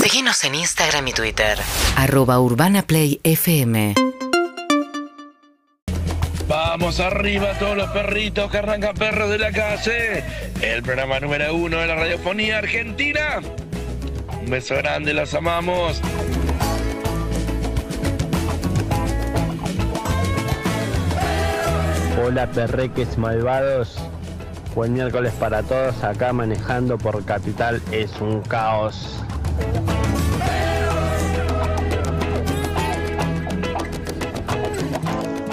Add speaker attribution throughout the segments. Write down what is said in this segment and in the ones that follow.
Speaker 1: Seguinos en Instagram y Twitter.
Speaker 2: Arroba Urbana Play FM.
Speaker 3: Vamos arriba todos los perritos que arrancan perros de la calle. El programa número uno de la radiofonía argentina. Un beso grande, las amamos.
Speaker 4: Hola perreques malvados. Buen miércoles para todos. Acá manejando por Capital es un caos.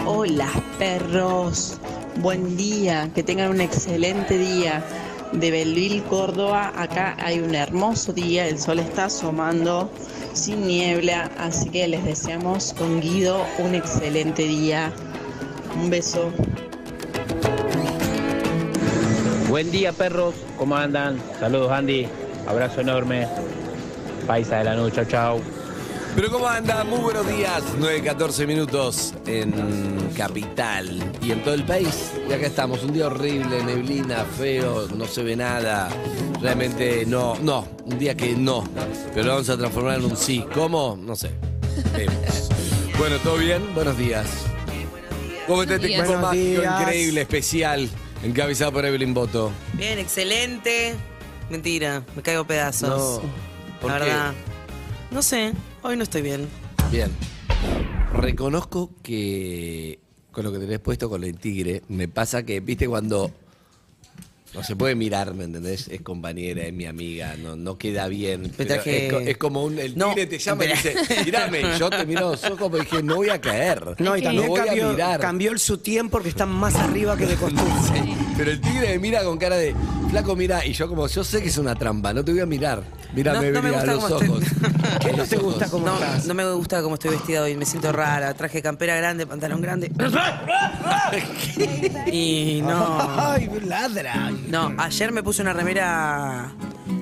Speaker 5: Hola, perros. Buen día, que tengan un excelente día. De Belville, Córdoba, acá hay un hermoso día, el sol está asomando sin niebla, así que les deseamos con Guido un excelente día. Un beso.
Speaker 6: Buen día, perros. ¿Cómo andan? Saludos, Andy. Abrazo enorme. Paisa de la noche, chao, chao.
Speaker 7: Pero ¿cómo anda? Muy buenos días. 9.14 minutos en Capital y en todo el país. Y acá estamos. Un día horrible, neblina, feo, no se ve nada. Realmente no, no. Un día que no. Pero lo vamos a transformar en un sí. ¿Cómo? No sé. Vemos. Bueno, ¿todo bien? Buenos días. ¿Cómo está este equipo mágico, increíble, especial, encabezado por Evelyn Boto?
Speaker 8: Bien, excelente. Mentira, me caigo a pedazos.
Speaker 7: ¿Por
Speaker 8: la
Speaker 7: qué?
Speaker 8: verdad. No sé, hoy no estoy bien.
Speaker 7: Bien. Reconozco que con lo que tenés puesto con el tigre, me pasa que, viste, cuando no se puede mirar, ¿me entendés? Es compañera, es mi amiga, no, no queda bien. pero
Speaker 8: traje-
Speaker 7: es, co- es como un. El
Speaker 8: No,
Speaker 7: tigre te llama y
Speaker 8: espera.
Speaker 7: dice, mirame, y yo te miro a los ojos porque dije, no voy a caer.
Speaker 9: No, y también
Speaker 7: voy a
Speaker 9: cambió,
Speaker 7: mirar.
Speaker 9: cambió el sutién porque está más arriba que de costumbre.
Speaker 7: Pero el tigre me mira con cara de, flaco, mira, y yo como, yo sé que es una trampa, no te voy a mirar.
Speaker 8: No,
Speaker 7: Mírame,
Speaker 8: no me
Speaker 7: mira, a
Speaker 8: gusta
Speaker 7: los
Speaker 8: cómo estoy-
Speaker 7: ojos.
Speaker 9: ¿Qué no te gusta cómo
Speaker 8: No,
Speaker 9: estás?
Speaker 8: no me gusta cómo estoy vestida hoy, me siento rara. Traje campera grande, pantalón grande. y no.
Speaker 9: Ay, ladra.
Speaker 8: No, ayer me puse una remera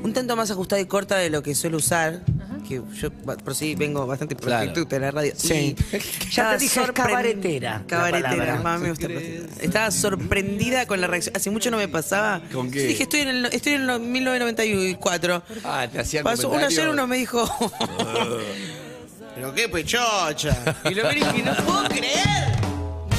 Speaker 8: un tanto más ajustada y corta de lo que suelo usar. Que yo ba- por sí vengo bastante
Speaker 7: Claro.
Speaker 8: prostituta en la radio.
Speaker 9: Sí.
Speaker 8: Y
Speaker 9: Ya te
Speaker 8: estaba
Speaker 9: dije, es
Speaker 8: sorpren-
Speaker 9: cabaretera la
Speaker 8: Cabaretera,
Speaker 9: palabra.
Speaker 8: más me gusta. prostituta. Estaba sorprendida con la reacción. Hace mucho no me pasaba.
Speaker 7: ¿Con qué?
Speaker 8: Yo dije, estoy en el, estoy en el 1994.
Speaker 7: Ah, te hacían
Speaker 8: Pasó uno
Speaker 7: comentarios.
Speaker 8: ayer, uno me dijo.
Speaker 9: Ah.
Speaker 8: Pero qué
Speaker 7: pues,
Speaker 8: pechocha. Y lo vi y dije, no puedo creer.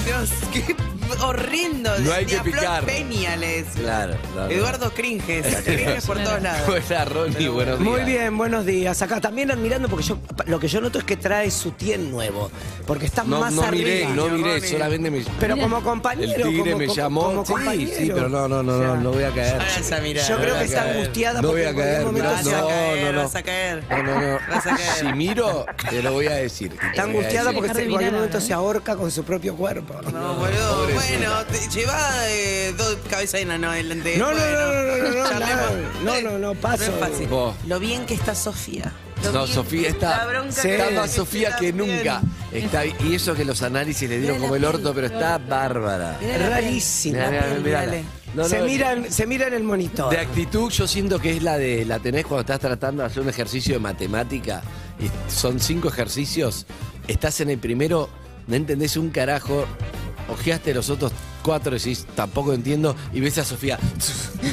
Speaker 8: Dios, qué horrendo.
Speaker 7: No hay
Speaker 8: Decía
Speaker 7: que
Speaker 8: Flor
Speaker 7: picar.
Speaker 8: Peña, le decía.
Speaker 7: Claro, claro.
Speaker 8: Eduardo Cringes, Cringes por todos lados.
Speaker 7: Hola, Ronnie, buenos días.
Speaker 9: Muy bien, buenos días. Acá también admirando porque yo lo que yo noto es que trae sutién nuevo, porque estás
Speaker 7: No,
Speaker 9: más
Speaker 7: no
Speaker 9: arriba.
Speaker 7: miré, no miré, solamente me...
Speaker 9: Pero como compañero,
Speaker 7: El tigre
Speaker 9: como-
Speaker 7: me
Speaker 9: como-
Speaker 7: llamó.
Speaker 9: como
Speaker 7: Sí,
Speaker 9: compañero.
Speaker 7: sí, pero no, no, no,
Speaker 9: O sea,
Speaker 7: no, no voy a caer.
Speaker 8: Ahora esa mirada.
Speaker 9: Yo creo
Speaker 7: voy
Speaker 9: que
Speaker 7: a
Speaker 9: está
Speaker 7: caer.
Speaker 9: angustiada
Speaker 7: no
Speaker 9: porque
Speaker 7: voy a
Speaker 9: en cualquier
Speaker 7: caer,
Speaker 9: momento
Speaker 7: mirá,
Speaker 8: Vas
Speaker 9: se va.
Speaker 8: a
Speaker 7: no, no,
Speaker 8: caer,
Speaker 7: no.
Speaker 8: vas a caer.
Speaker 7: No, no, no.
Speaker 8: Vas a caer.
Speaker 7: Si miro, te lo voy a decir.
Speaker 9: Está angustiada porque en cualquier momento se ahorca con su propio cuerpo.
Speaker 8: No, boludo. Bueno, te lleva eh, dos cabezas de nano adelante.
Speaker 9: No, no,
Speaker 8: Bueno,
Speaker 9: no, no, no, no,
Speaker 8: charlemos.
Speaker 9: no, no, no, no, paso.
Speaker 8: No es fácil.
Speaker 7: Vos.
Speaker 8: Lo bien que está Sofía. Lo
Speaker 7: No,
Speaker 8: bien
Speaker 7: Sofía
Speaker 8: que
Speaker 7: está,
Speaker 8: la bronca
Speaker 9: sí.
Speaker 8: que
Speaker 7: está
Speaker 8: tiene
Speaker 7: más Sofía que
Speaker 8: también.
Speaker 7: nunca. Está, y eso que los análisis le dieron como el orto, pero está bárbara.
Speaker 9: Rarísima.
Speaker 7: Mirá, mirá, mirá.
Speaker 8: dale.
Speaker 7: No, no,
Speaker 9: se, miran, se miran el monitor.
Speaker 7: De actitud yo siento que es la de la tenés cuando estás tratando de hacer un ejercicio de matemática. Y son cinco ejercicios. Estás en el primero, no entendés un carajo. Ojeaste los otros cuatro y decís, tampoco entiendo. Y ves a Sofía.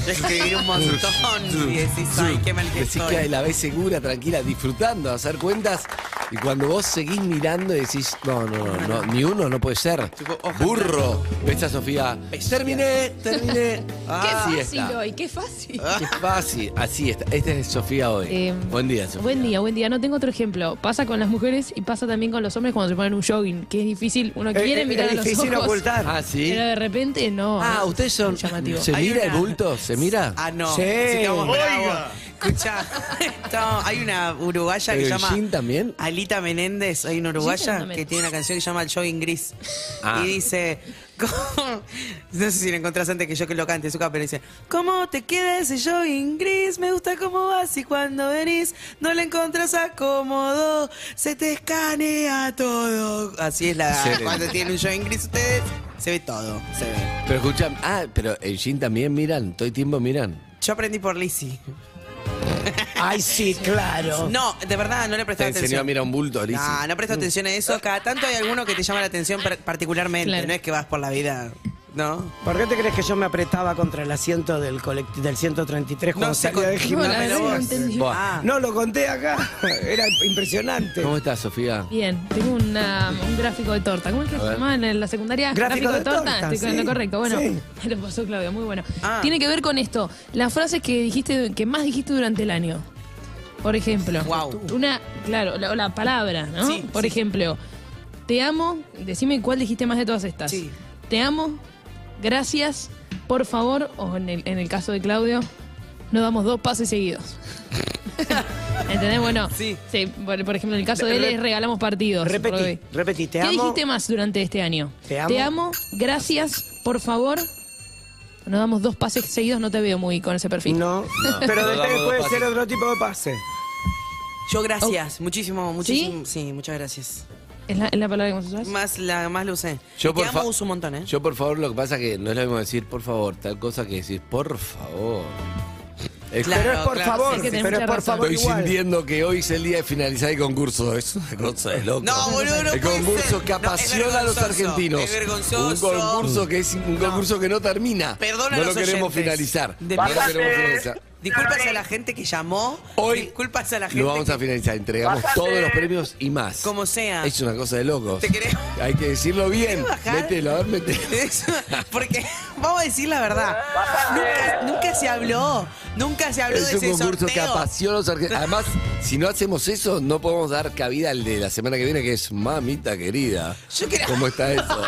Speaker 8: Escribí un montón y decís, ay, qué mal que
Speaker 7: Decís que
Speaker 8: estoy.
Speaker 7: la ves segura, tranquila, disfrutando, a hacer cuentas. Y cuando vos seguís mirando decís, no, no, no, no, ni uno no puede ser.
Speaker 8: Tipo, hoja
Speaker 7: Burro. Ves a Sofía. Terminé, terminé. Así
Speaker 10: Qué
Speaker 7: está.
Speaker 10: fácil hoy, qué fácil.
Speaker 7: Qué fácil, así está. Esta es Sofía hoy.
Speaker 10: Eh,
Speaker 7: buen día, Sofía.
Speaker 10: Buen día, buen día. No tengo otro ejemplo. Pasa con las mujeres y pasa también con los hombres cuando se ponen un jogging, que es difícil. Uno
Speaker 9: Eh,
Speaker 10: quiere
Speaker 9: eh,
Speaker 10: mirar
Speaker 9: es
Speaker 10: a los
Speaker 9: difícil
Speaker 10: ojos.
Speaker 9: ocultar.
Speaker 7: Ah, sí.
Speaker 10: Pero de repente no.
Speaker 7: Ah,
Speaker 10: Es
Speaker 7: ustedes son.
Speaker 10: llamativo.
Speaker 7: ¿Se
Speaker 8: Hay
Speaker 7: mira el
Speaker 8: una-
Speaker 7: bulto? ¿Se mira?
Speaker 8: Ah, no.
Speaker 9: Sí.
Speaker 8: Estamos bravos. Escuchá, estamos- hay una uruguaya que
Speaker 7: ¿Pero
Speaker 8: se
Speaker 7: el
Speaker 8: llama.
Speaker 7: jean también?
Speaker 8: Alita Menéndez, hay una
Speaker 10: Jean
Speaker 8: uruguaya
Speaker 10: también.
Speaker 8: que tiene una canción que se llama El Jogging Gris.
Speaker 7: Ah.
Speaker 8: Y dice. ¿cómo- No sé si la encontrás antes que yo que lo cante, Zucca, pero dice: ¿Cómo te queda ese jogging gris? Me gusta cómo vas y cuando venís no le encontrás acomodo. Se te escanea todo. Así es la.
Speaker 7: Excelente.
Speaker 8: Cuando tiene un jogging gris, ustedes se ve todo. Se ve.
Speaker 7: Pero escuchan, ah, pero el jean también miran, todo el tiempo miran.
Speaker 8: Yo aprendí por Lizzie.
Speaker 7: ah,
Speaker 9: Ay, sí, claro.
Speaker 8: No, de verdad, no le presté
Speaker 7: Te
Speaker 8: atención.
Speaker 7: enseñó a mirar un bulto, Lizzy.
Speaker 8: No, no presto atención a eso. Cada tanto hay alguno que te llama la atención par- particularmente.
Speaker 10: Claro.
Speaker 8: No es que vas por la vida ¿no?
Speaker 9: ¿Por qué te crees que yo me apretaba contra el asiento del, colect- del 133 cuando
Speaker 8: No se
Speaker 9: salía de
Speaker 8: con-
Speaker 10: No, la
Speaker 9: gimnasia?
Speaker 10: verdad que no entendí.
Speaker 7: Vos.
Speaker 8: Ah,
Speaker 9: No, lo conté acá. Era impresionante.
Speaker 7: ¿Cómo estás, Sofía?
Speaker 10: Bien, tengo una- un gráfico de torta. ¿Cómo es que
Speaker 7: A
Speaker 10: se
Speaker 7: ver.
Speaker 10: llamaba en la secundaria?
Speaker 9: Gráfico de torta,
Speaker 10: Estoy con
Speaker 9: sí,
Speaker 10: lo correcto. Bueno,
Speaker 9: sí.
Speaker 10: lo pasó Claudia, muy bueno.
Speaker 8: Ah.
Speaker 10: Tiene que ver con esto. Las frases que dijiste, que más dijiste durante el año. Por ejemplo.
Speaker 8: Guau.
Speaker 10: Una, claro, la, la palabra, ¿no?
Speaker 8: Sí,
Speaker 10: Por
Speaker 8: sí.
Speaker 10: ejemplo, te amo, decime cuál dijiste más de todas estas.
Speaker 8: Sí.
Speaker 10: Te amo, gracias, por favor, o en el, en el caso de Claudio, no damos dos pases seguidos. ¿Entendés? Bueno,
Speaker 8: Sí.
Speaker 10: por, por ejemplo, en el caso de él
Speaker 9: Re-
Speaker 10: es regalamos partidos. por hoy.
Speaker 9: Repetí, repetí, te
Speaker 10: ¿Qué
Speaker 9: amo.
Speaker 10: dijiste más durante este año?
Speaker 9: Te amo.
Speaker 10: gracias, por favor. Nos damos dos pases seguidos, no te veo muy con ese perfil.
Speaker 9: No, pero
Speaker 7: no
Speaker 9: de-
Speaker 7: damos dos
Speaker 9: puede
Speaker 7: pases.
Speaker 9: ser otro tipo de pase.
Speaker 8: yo gracias, muchísimo, muchísimo. ¿Sí? muchas gracias.
Speaker 10: Oh. ¿Es, la, es la palabra que más usás?
Speaker 8: Más la más lo usé.
Speaker 7: Yo,
Speaker 8: Y te
Speaker 7: por
Speaker 8: amo
Speaker 7: fa-
Speaker 8: uso un montón, ¿eh?
Speaker 7: Yo, por favor, lo que pasa que no es lo mismo decir por favor, tal cosa que decir por favor. Es
Speaker 8: Claro,
Speaker 9: pero es por
Speaker 8: claro,
Speaker 9: favor,
Speaker 10: sí, es que tenés
Speaker 9: pero es
Speaker 10: mucha
Speaker 9: por
Speaker 10: razón.
Speaker 9: favor
Speaker 7: Estoy
Speaker 9: igual.
Speaker 7: sintiendo que hoy es el día de finalizar el concurso. Es una cosa de loco.
Speaker 8: No, boludo, no
Speaker 7: El
Speaker 8: puede
Speaker 7: concurso
Speaker 8: ser.
Speaker 7: que
Speaker 8: No, es
Speaker 7: apasiona a los
Speaker 8: vergonzoso,
Speaker 7: argentinos.
Speaker 8: es vergonzoso.
Speaker 7: Un concurso que es un concurso que no termina.
Speaker 8: Perdona a
Speaker 7: no
Speaker 8: los
Speaker 7: lo queremos
Speaker 8: oyentes.
Speaker 7: finalizar.
Speaker 8: De-
Speaker 7: No lo queremos finalizar.
Speaker 8: Disculpas a la gente que llamó.
Speaker 7: Hoy
Speaker 8: disculpas a la gente.
Speaker 7: Lo vamos a
Speaker 8: que-
Speaker 7: finalizar. Entregamos todos los premios y más.
Speaker 8: Como sea.
Speaker 7: Es una cosa de locos.
Speaker 8: Te querés-
Speaker 7: Hay que decirlo bien.
Speaker 8: querés bajar?
Speaker 7: Mételo, a ver, mételo.
Speaker 8: Porque vamos a decir la verdad. Nunca, nunca se habló. Nunca se habló
Speaker 7: Es
Speaker 8: de
Speaker 7: un
Speaker 8: ese
Speaker 7: concurso que
Speaker 8: sorteo.
Speaker 7: apasiona a los argentinos. Además, si no hacemos eso, no podemos dar cabida al de la semana que viene, que es Mamita Querida.
Speaker 8: Yo quería-
Speaker 7: ¿Cómo está eso?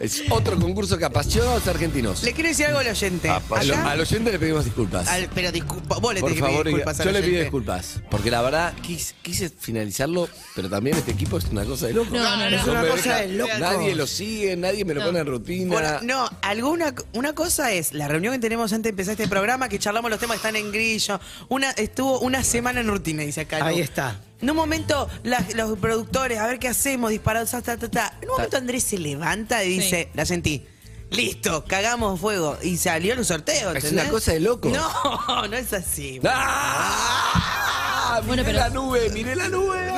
Speaker 7: es otro concurso que apasiona a los argentinos.
Speaker 8: Le quiero decir algo al oyente.
Speaker 7: A Ah, lo-
Speaker 8: Acá-
Speaker 7: al oyente le pedimos disculpas.
Speaker 8: al- pero disculpa, vos le
Speaker 7: Por
Speaker 8: tenés que pedir
Speaker 7: favor,
Speaker 8: disculpas al
Speaker 7: yo le pido
Speaker 8: oyente.
Speaker 7: disculpas. Porque la verdad, quis- quise, finalizarlo, pero también este equipo es una cosa de loco.
Speaker 10: No, no, no, es
Speaker 7: me
Speaker 9: una cosa
Speaker 7: deja-
Speaker 9: de locos.
Speaker 7: Nadie lo sigue, nadie me lo pone en rutina.
Speaker 8: Bueno, no, alguna una cosa es la reunión que tenemos antes de empezar este programa, que charlamos los temas que están en grillo. Una, estuvo una semana en rutina, dice acá.
Speaker 9: Ahí está.
Speaker 8: En un momento, las- los productores, a ver qué hacemos, disparados, ta, ta, ta, ta. En un momento Andrés se levanta y dice, la sentí. Listo, cagamos fuego. Y salió el sorteo.
Speaker 7: Es
Speaker 8: ¿entendés?
Speaker 7: una cosa de loco.
Speaker 8: No, no es así.
Speaker 7: ¡Ah!
Speaker 10: Bueno,
Speaker 7: miré
Speaker 10: pero-
Speaker 7: la nube, miré la nube.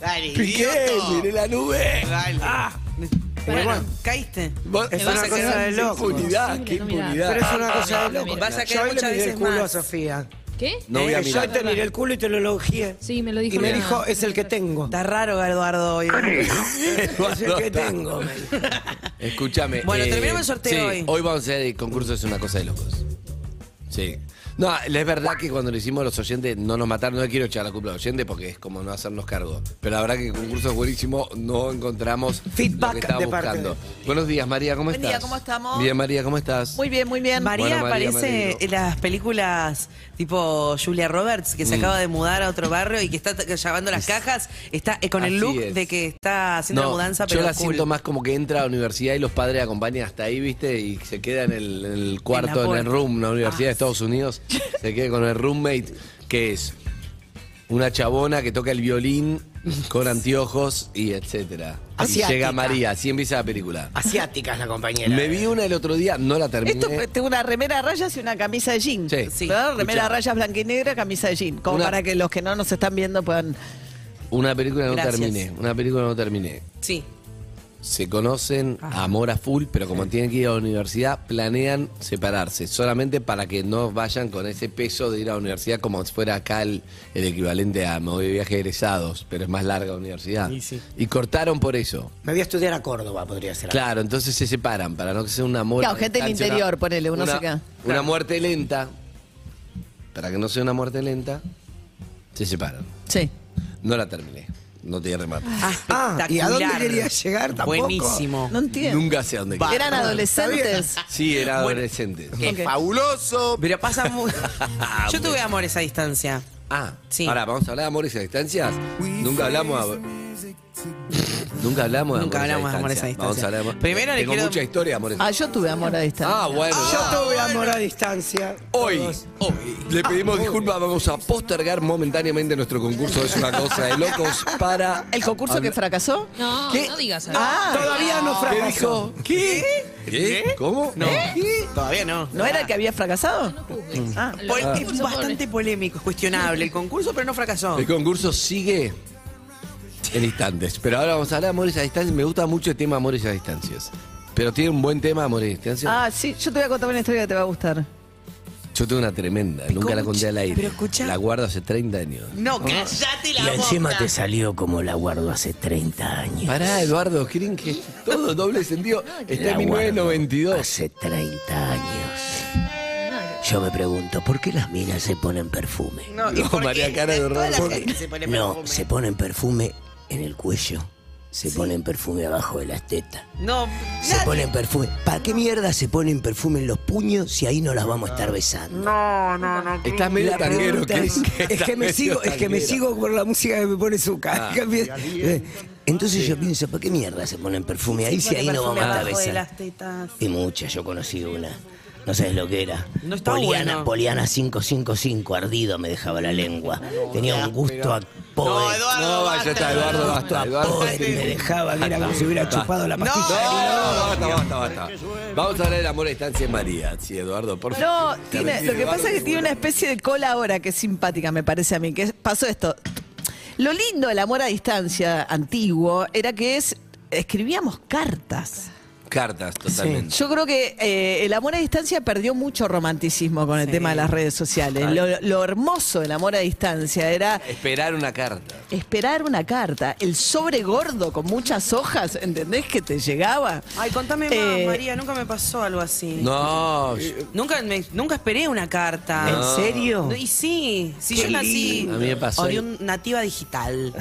Speaker 8: Dale,
Speaker 7: Piqué,
Speaker 8: idioto.
Speaker 7: miré la nube. Ah,
Speaker 8: Dale. Bueno,
Speaker 9: Bueno.
Speaker 8: caíste.
Speaker 7: Vos-
Speaker 9: Es una
Speaker 8: Vas a
Speaker 9: cosa
Speaker 8: quedar-
Speaker 9: de
Speaker 7: Qué
Speaker 9: loco.
Speaker 7: impunidad, qué
Speaker 10: Imposible no mirar.
Speaker 7: impunidad.
Speaker 9: Pero es una
Speaker 10: Ah,
Speaker 9: cosa de
Speaker 10: mira,
Speaker 9: loco.
Speaker 10: mira.
Speaker 8: Vas a
Speaker 9: Yo
Speaker 8: quedar
Speaker 9: hoy le
Speaker 8: muchas
Speaker 9: miré el
Speaker 8: veces
Speaker 9: culo
Speaker 8: más.
Speaker 9: a Sofía.
Speaker 10: ¿Qué?
Speaker 7: No voy a
Speaker 9: Eh, yo
Speaker 7: mirar.
Speaker 9: te miré el culo y te lo elogié.
Speaker 10: Sí, me lo dijo.
Speaker 9: Y me
Speaker 10: la-
Speaker 9: dijo, es el que tengo.
Speaker 8: Está raro, Eduardo, hoy. ¿eh?
Speaker 9: Es el que tengo. me dijo.
Speaker 7: Escúchame. eh,
Speaker 8: Bueno, terminamos el sorteo
Speaker 7: sí,
Speaker 8: hoy.
Speaker 7: Hoy vamos a hacer el concurso Es una cosa de locos. Sí. No, es verdad que cuando lo hicimos los oyentes no nos mataron, no le quiero echar la culpa a los oyentes porque es como no hacernos cargo. Pero la verdad que el concurso es buenísimo, no encontramos lo
Speaker 9: Feedback
Speaker 7: que estaba
Speaker 9: de parte
Speaker 7: buscando. Buenos días, María, ¿cómo
Speaker 11: Buen
Speaker 7: estás?
Speaker 11: día, ¿cómo estamos?
Speaker 7: Bien, María, ¿cómo estás?
Speaker 11: Muy bien, muy bien.
Speaker 8: María
Speaker 7: Bueno, María, me
Speaker 8: aparece
Speaker 7: alegro.
Speaker 8: en las películas tipo Julia Roberts, que se
Speaker 7: Mm.
Speaker 8: acaba de mudar a otro barrio y que está t- llevando las cajas, está eh, con el
Speaker 7: Así
Speaker 8: look
Speaker 7: es.
Speaker 8: de que está haciendo la mudanza, pero
Speaker 7: yo la
Speaker 8: cool.
Speaker 7: siento más como que entra a la universidad y los padres acompañan hasta ahí, ¿viste? Y se queda en el, en el cuarto, en,
Speaker 8: puerta.
Speaker 7: el room, la Universidad
Speaker 8: Ah,
Speaker 7: de Estados Unidos. Se queda con el roommate, que es una chabona que toca el violín con anteojos y etcétera.
Speaker 9: Asiática.
Speaker 7: Y llega María, así empieza la película.
Speaker 9: Asiática es la compañera. eh.
Speaker 7: Me vi una el otro día, no la terminé.
Speaker 11: Esto tengo una remera a rayas y una camisa de jean.
Speaker 7: Sí.
Speaker 8: Sí.
Speaker 11: ¿Verdad? Remera
Speaker 7: Escuchá.
Speaker 11: a rayas blanca y negra, camisa de jean. Como
Speaker 7: Una-
Speaker 11: para que los que no nos están viendo puedan.
Speaker 7: Una película no
Speaker 8: Gracias.
Speaker 7: terminé, una película no terminé.
Speaker 8: Sí.
Speaker 7: se conocen,
Speaker 11: Ah.
Speaker 7: amor a full, pero como tienen que ir a la universidad, planean separarse, solamente para que no vayan con ese peso de ir a la universidad como si fuera acá el, el equivalente a me voy de viaje de egresados, pero es más larga la universidad.
Speaker 9: Y sí.
Speaker 7: Y cortaron por eso.
Speaker 9: Me voy a estudiar a Córdoba, podría ser.
Speaker 7: Claro, entonces se separan para no que sea un amor.
Speaker 11: Claro,
Speaker 7: a
Speaker 11: gente del
Speaker 7: distancia,
Speaker 11: interior, ponele, uno se queda.
Speaker 7: Una muerte lenta, para que no sea una muerte lenta, se separan.
Speaker 11: Sí.
Speaker 7: No la terminé, no tiene remate.
Speaker 9: Ah, ¿y a dónde
Speaker 8: Espectacular.
Speaker 9: quería llegar tampoco?
Speaker 8: Buenísimo.
Speaker 11: No entiendo.
Speaker 7: Nunca sé a dónde quedé.
Speaker 11: Eran adolescentes.
Speaker 7: Sí, era adolescente.
Speaker 11: Ok.
Speaker 7: ¡Fabuloso!
Speaker 8: Pero pasa muy... Yo tuve amores a distancia.
Speaker 7: Ah,
Speaker 8: Sí.
Speaker 7: Ahora, vamos a hablar de amores a distancias. Nunca hablamos de abo- Nunca hablamos de
Speaker 8: Nunca
Speaker 7: amores,
Speaker 8: hablamos
Speaker 7: a
Speaker 8: de amores a
Speaker 7: distancia. Vamos a hablar de amor-
Speaker 8: Primero le
Speaker 7: Tengo
Speaker 8: quiero-
Speaker 7: mucha historia de amores a
Speaker 11: Ah, yo tuve amor a distancia.
Speaker 7: Ah, bueno.
Speaker 9: Yo tuve amor a distancia.
Speaker 7: Hoy,
Speaker 9: Todos.
Speaker 7: hoy le pedimos disculpas, vamos a postergar momentáneamente nuestro concurso Es una cosa de locos para...
Speaker 11: ¿El concurso que
Speaker 7: Habla-
Speaker 11: fracasó?
Speaker 10: No,
Speaker 7: ¿Qué?
Speaker 10: no digas.
Speaker 11: Ah,
Speaker 9: Todavía no
Speaker 7: ¿Qué
Speaker 9: fracasó.
Speaker 7: dijo? ¿Qué? ¿Qué? ¿Cómo? No.
Speaker 8: Todavía no.
Speaker 11: ¿No era el que había fracasado? Ah.
Speaker 8: Pol- es bastante polémico, cuestionable el concurso, pero no fracasó.
Speaker 7: El concurso sigue En instantes. Pero ahora vamos a hablar de amores a distancia. Me gusta mucho el tema amores a distancias. Pero tiene un buen tema amores a distancia.
Speaker 8: Ah, sí, yo te voy a contar una historia que te va a gustar.
Speaker 7: Yo tengo una tremenda. Nunca la conté al aire.
Speaker 8: pero escucha.
Speaker 7: La guardo hace 30 años.
Speaker 10: No, callate la
Speaker 9: Y encima
Speaker 10: boca.
Speaker 9: te salió como la guardo hace 30 años.
Speaker 7: Pará, Eduardo, creen que todo doble sentido está
Speaker 9: La
Speaker 7: en
Speaker 9: guardo
Speaker 7: 1992.
Speaker 9: Hace 30 años. Yo me pregunto, ¿por qué las minas se ponen perfume?
Speaker 10: No, ¿y
Speaker 7: No,
Speaker 10: por qué?
Speaker 7: María Cara de
Speaker 10: Toda la
Speaker 7: Rodolfo.
Speaker 10: gente se pone
Speaker 9: No,
Speaker 10: perfume.
Speaker 9: se ponen perfume en el cuello. Se ponen perfume abajo de las tetas.
Speaker 10: No,
Speaker 9: Se
Speaker 10: nadie-
Speaker 9: ponen perfume. ¿Para qué mierda se ponen perfume en los puños si ahí no las vamos a estar besando?
Speaker 10: No, no, no.
Speaker 7: Estás medio
Speaker 9: Ah, La
Speaker 7: tanguero,
Speaker 9: pregunta
Speaker 7: Cris,
Speaker 9: es que
Speaker 7: estás
Speaker 9: me
Speaker 7: medio
Speaker 9: sigo, es que me
Speaker 7: tanguero.
Speaker 9: sigo por la música que me pone Zucca. Eh, Entonces yo pienso, ¿para qué mierda se ponen perfume ahí si
Speaker 10: pone
Speaker 9: ahí no
Speaker 10: perfume
Speaker 9: vamos a estar
Speaker 10: abajo de
Speaker 9: besando?
Speaker 10: las tetas.
Speaker 9: Y muchas, yo conocí una. No sabes lo que era.
Speaker 10: No está
Speaker 9: Poliana,
Speaker 10: bueno.
Speaker 9: Poliana 555, ardido me dejaba la lengua. Tenía un gusto a pobre.
Speaker 10: No, Eduardo,
Speaker 7: No, vaya, está, Eduardo, basta. Eduardo,
Speaker 9: Pobre, me dejaba, que era como si hubiera chupado la
Speaker 7: No,
Speaker 9: pastilla.
Speaker 7: basta, basta, basta. Vamos a hablar del amor a distancia en María. Sí, Eduardo, por
Speaker 8: No,
Speaker 7: favor.
Speaker 8: tiene, lo que pasa es que tiene una especie de cola ahora que es simpática, me parece a mí. Que es- pasó esto. Lo lindo del amor a distancia antiguo era que es escribíamos cartas.
Speaker 7: Cartas, totalmente.
Speaker 8: Yo creo que eh, el amor a distancia perdió mucho romanticismo con el tema de las redes sociales. Lo, lo hermoso del amor a distancia era
Speaker 7: Esperar una carta.
Speaker 8: esperar una carta, el sobre gordo con muchas hojas, ¿entendés? Que te llegaba.
Speaker 10: Ay, contame más,
Speaker 8: Eh,
Speaker 10: María, nunca me pasó algo así.
Speaker 7: No,
Speaker 10: Nunca, me- nunca esperé una carta.
Speaker 9: ¿En serio?
Speaker 10: No, Y sí, si yo nací
Speaker 7: lindo. A mí me pasó.
Speaker 10: oriun- nativa digital.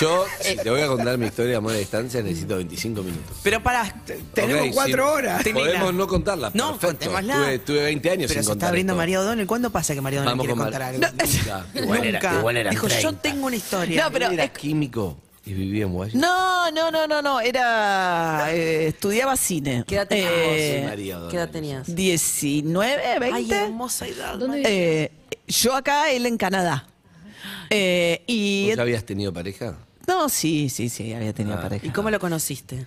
Speaker 7: yo, si te voy a contar mi historia de amor a distancia, necesito 25 minutos.
Speaker 10: Pero para
Speaker 9: Tenemos
Speaker 7: Ok,
Speaker 9: cuatro
Speaker 7: sí.
Speaker 9: horas.
Speaker 10: Tenela.
Speaker 7: Podemos no contarla.
Speaker 10: No,
Speaker 7: perfecto.
Speaker 10: contémosla.
Speaker 7: Tuve, tuve 20
Speaker 10: Pero
Speaker 7: años sin
Speaker 10: se está
Speaker 7: contar
Speaker 10: abriendo
Speaker 7: esto.
Speaker 10: María O'Donnell. ¿Cuándo pasa que María O'Donnell
Speaker 7: Vamos
Speaker 10: quiere
Speaker 7: con
Speaker 10: contar
Speaker 7: María.
Speaker 10: algo?
Speaker 7: Nunca.
Speaker 9: Igual era-
Speaker 10: Nunca.
Speaker 9: igual eran
Speaker 10: Dijo, yo
Speaker 9: 30.
Speaker 10: tengo una historia.
Speaker 8: No, pero
Speaker 7: Era
Speaker 8: es-
Speaker 7: químico y vivía en Guaya.
Speaker 8: No, no, no, no, no. Era. eh, estudiaba cine.
Speaker 12: ¿Qué edad tenías
Speaker 8: Eh,
Speaker 12: vos?
Speaker 7: María
Speaker 12: ¿Qué edad
Speaker 7: O'Donnell.
Speaker 12: tenías?
Speaker 8: 19, 20.
Speaker 10: Ay, hermosa edad.
Speaker 13: ¿Dónde
Speaker 10: María.
Speaker 8: Eh, yo acá, él en Canadá. Eh, y.
Speaker 7: ¿Vos ya habías tenido pareja?
Speaker 8: No, sí, sí, sí, había tenido pareja.
Speaker 10: ¿Y cómo lo conociste?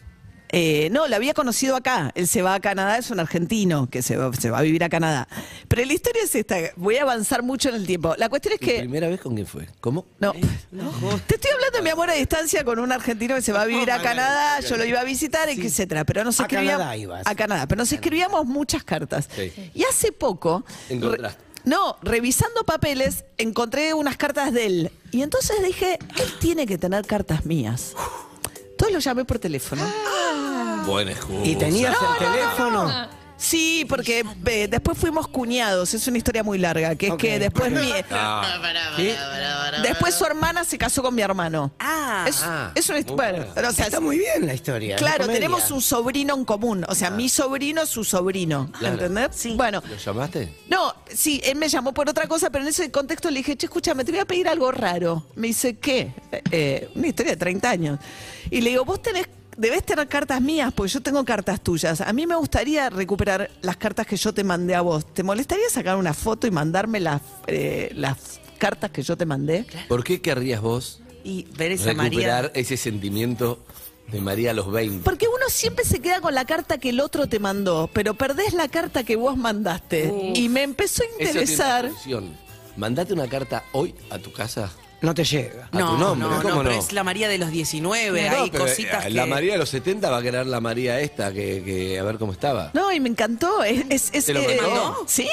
Speaker 8: Eh, no, lo había conocido acá. Él se va a Canadá, es un argentino que se va, se va a vivir a Canadá. Pero la historia es esta. Voy a avanzar mucho en el tiempo. La cuestión es
Speaker 7: ¿Tu
Speaker 8: que.
Speaker 7: primera vez con quién fue? ¿Cómo?
Speaker 8: No. Te estoy hablando de mi amor a distancia con un argentino que se va a vivir a Canadá, yo lo iba a visitar, etcétera. Pero nos
Speaker 9: A
Speaker 8: escribíamos.
Speaker 9: Canadá ibas.
Speaker 8: A Canadá, pero nos escribíamos muchas cartas.
Speaker 7: Sí.
Speaker 8: Y hace poco.
Speaker 7: Encontraste.
Speaker 8: re- no, revisando papeles, encontré unas cartas de él. Y entonces dije, él tiene que tener cartas mías. Entonces lo llamé por teléfono.
Speaker 7: Buena excusa. Ah,
Speaker 9: ¿Y tenías el teléfono?
Speaker 8: Sí, porque eh, después fuimos cuñados. Es una historia muy larga, que es
Speaker 9: Ok.
Speaker 8: que después mi,
Speaker 7: Ah,
Speaker 8: después su hermana se casó con mi hermano.
Speaker 10: Ah,
Speaker 8: es,
Speaker 7: ah,
Speaker 8: es una
Speaker 7: muy
Speaker 8: bueno, o sea,
Speaker 9: Está muy bien la historia. la
Speaker 8: Claro,
Speaker 9: comedia.
Speaker 8: tenemos un sobrino en común. O sea, mi sobrino es su sobrino.
Speaker 7: Ah. Claro.
Speaker 8: ¿Entendés? Sí. Bueno,
Speaker 7: ¿Lo llamaste?
Speaker 8: no, sí, él me llamó por otra cosa, pero en ese contexto le dije, che, escúchame, te voy a pedir algo raro. Me dice, ¿qué? Eh, eh, una historia de 30 años. Y le digo, vos tenés, debés tener cartas mías, porque yo tengo cartas tuyas. A mí me gustaría recuperar las cartas que yo te mandé a vos. ¿Te molestaría sacar una foto y mandarme las, eh, las cartas que yo te mandé?
Speaker 7: ¿Por qué querrías vos
Speaker 10: y ver esa
Speaker 7: recuperar
Speaker 10: María.
Speaker 7: ese sentimiento de María a los 20?
Speaker 8: Porque uno siempre se queda con la carta que el otro te mandó, pero perdés la carta que vos mandaste. Y me empezó a
Speaker 7: Eso tiene
Speaker 8: interesar.
Speaker 7: solución. Mandate una carta hoy a tu casa.
Speaker 9: No te llega.
Speaker 7: a tu nombre,
Speaker 10: no,
Speaker 7: ¿cómo
Speaker 10: no, pero
Speaker 7: no?
Speaker 10: es la María de los 19,
Speaker 7: No,
Speaker 10: hay
Speaker 7: pero,
Speaker 10: cositas
Speaker 7: eh,
Speaker 10: que...
Speaker 7: La María de los 70 va a querer la María esta, que, que a ver cómo estaba.
Speaker 8: No, y me encantó. Es, es, es-
Speaker 7: ¿Te lo
Speaker 8: eh,
Speaker 7: mandó?
Speaker 8: Sí.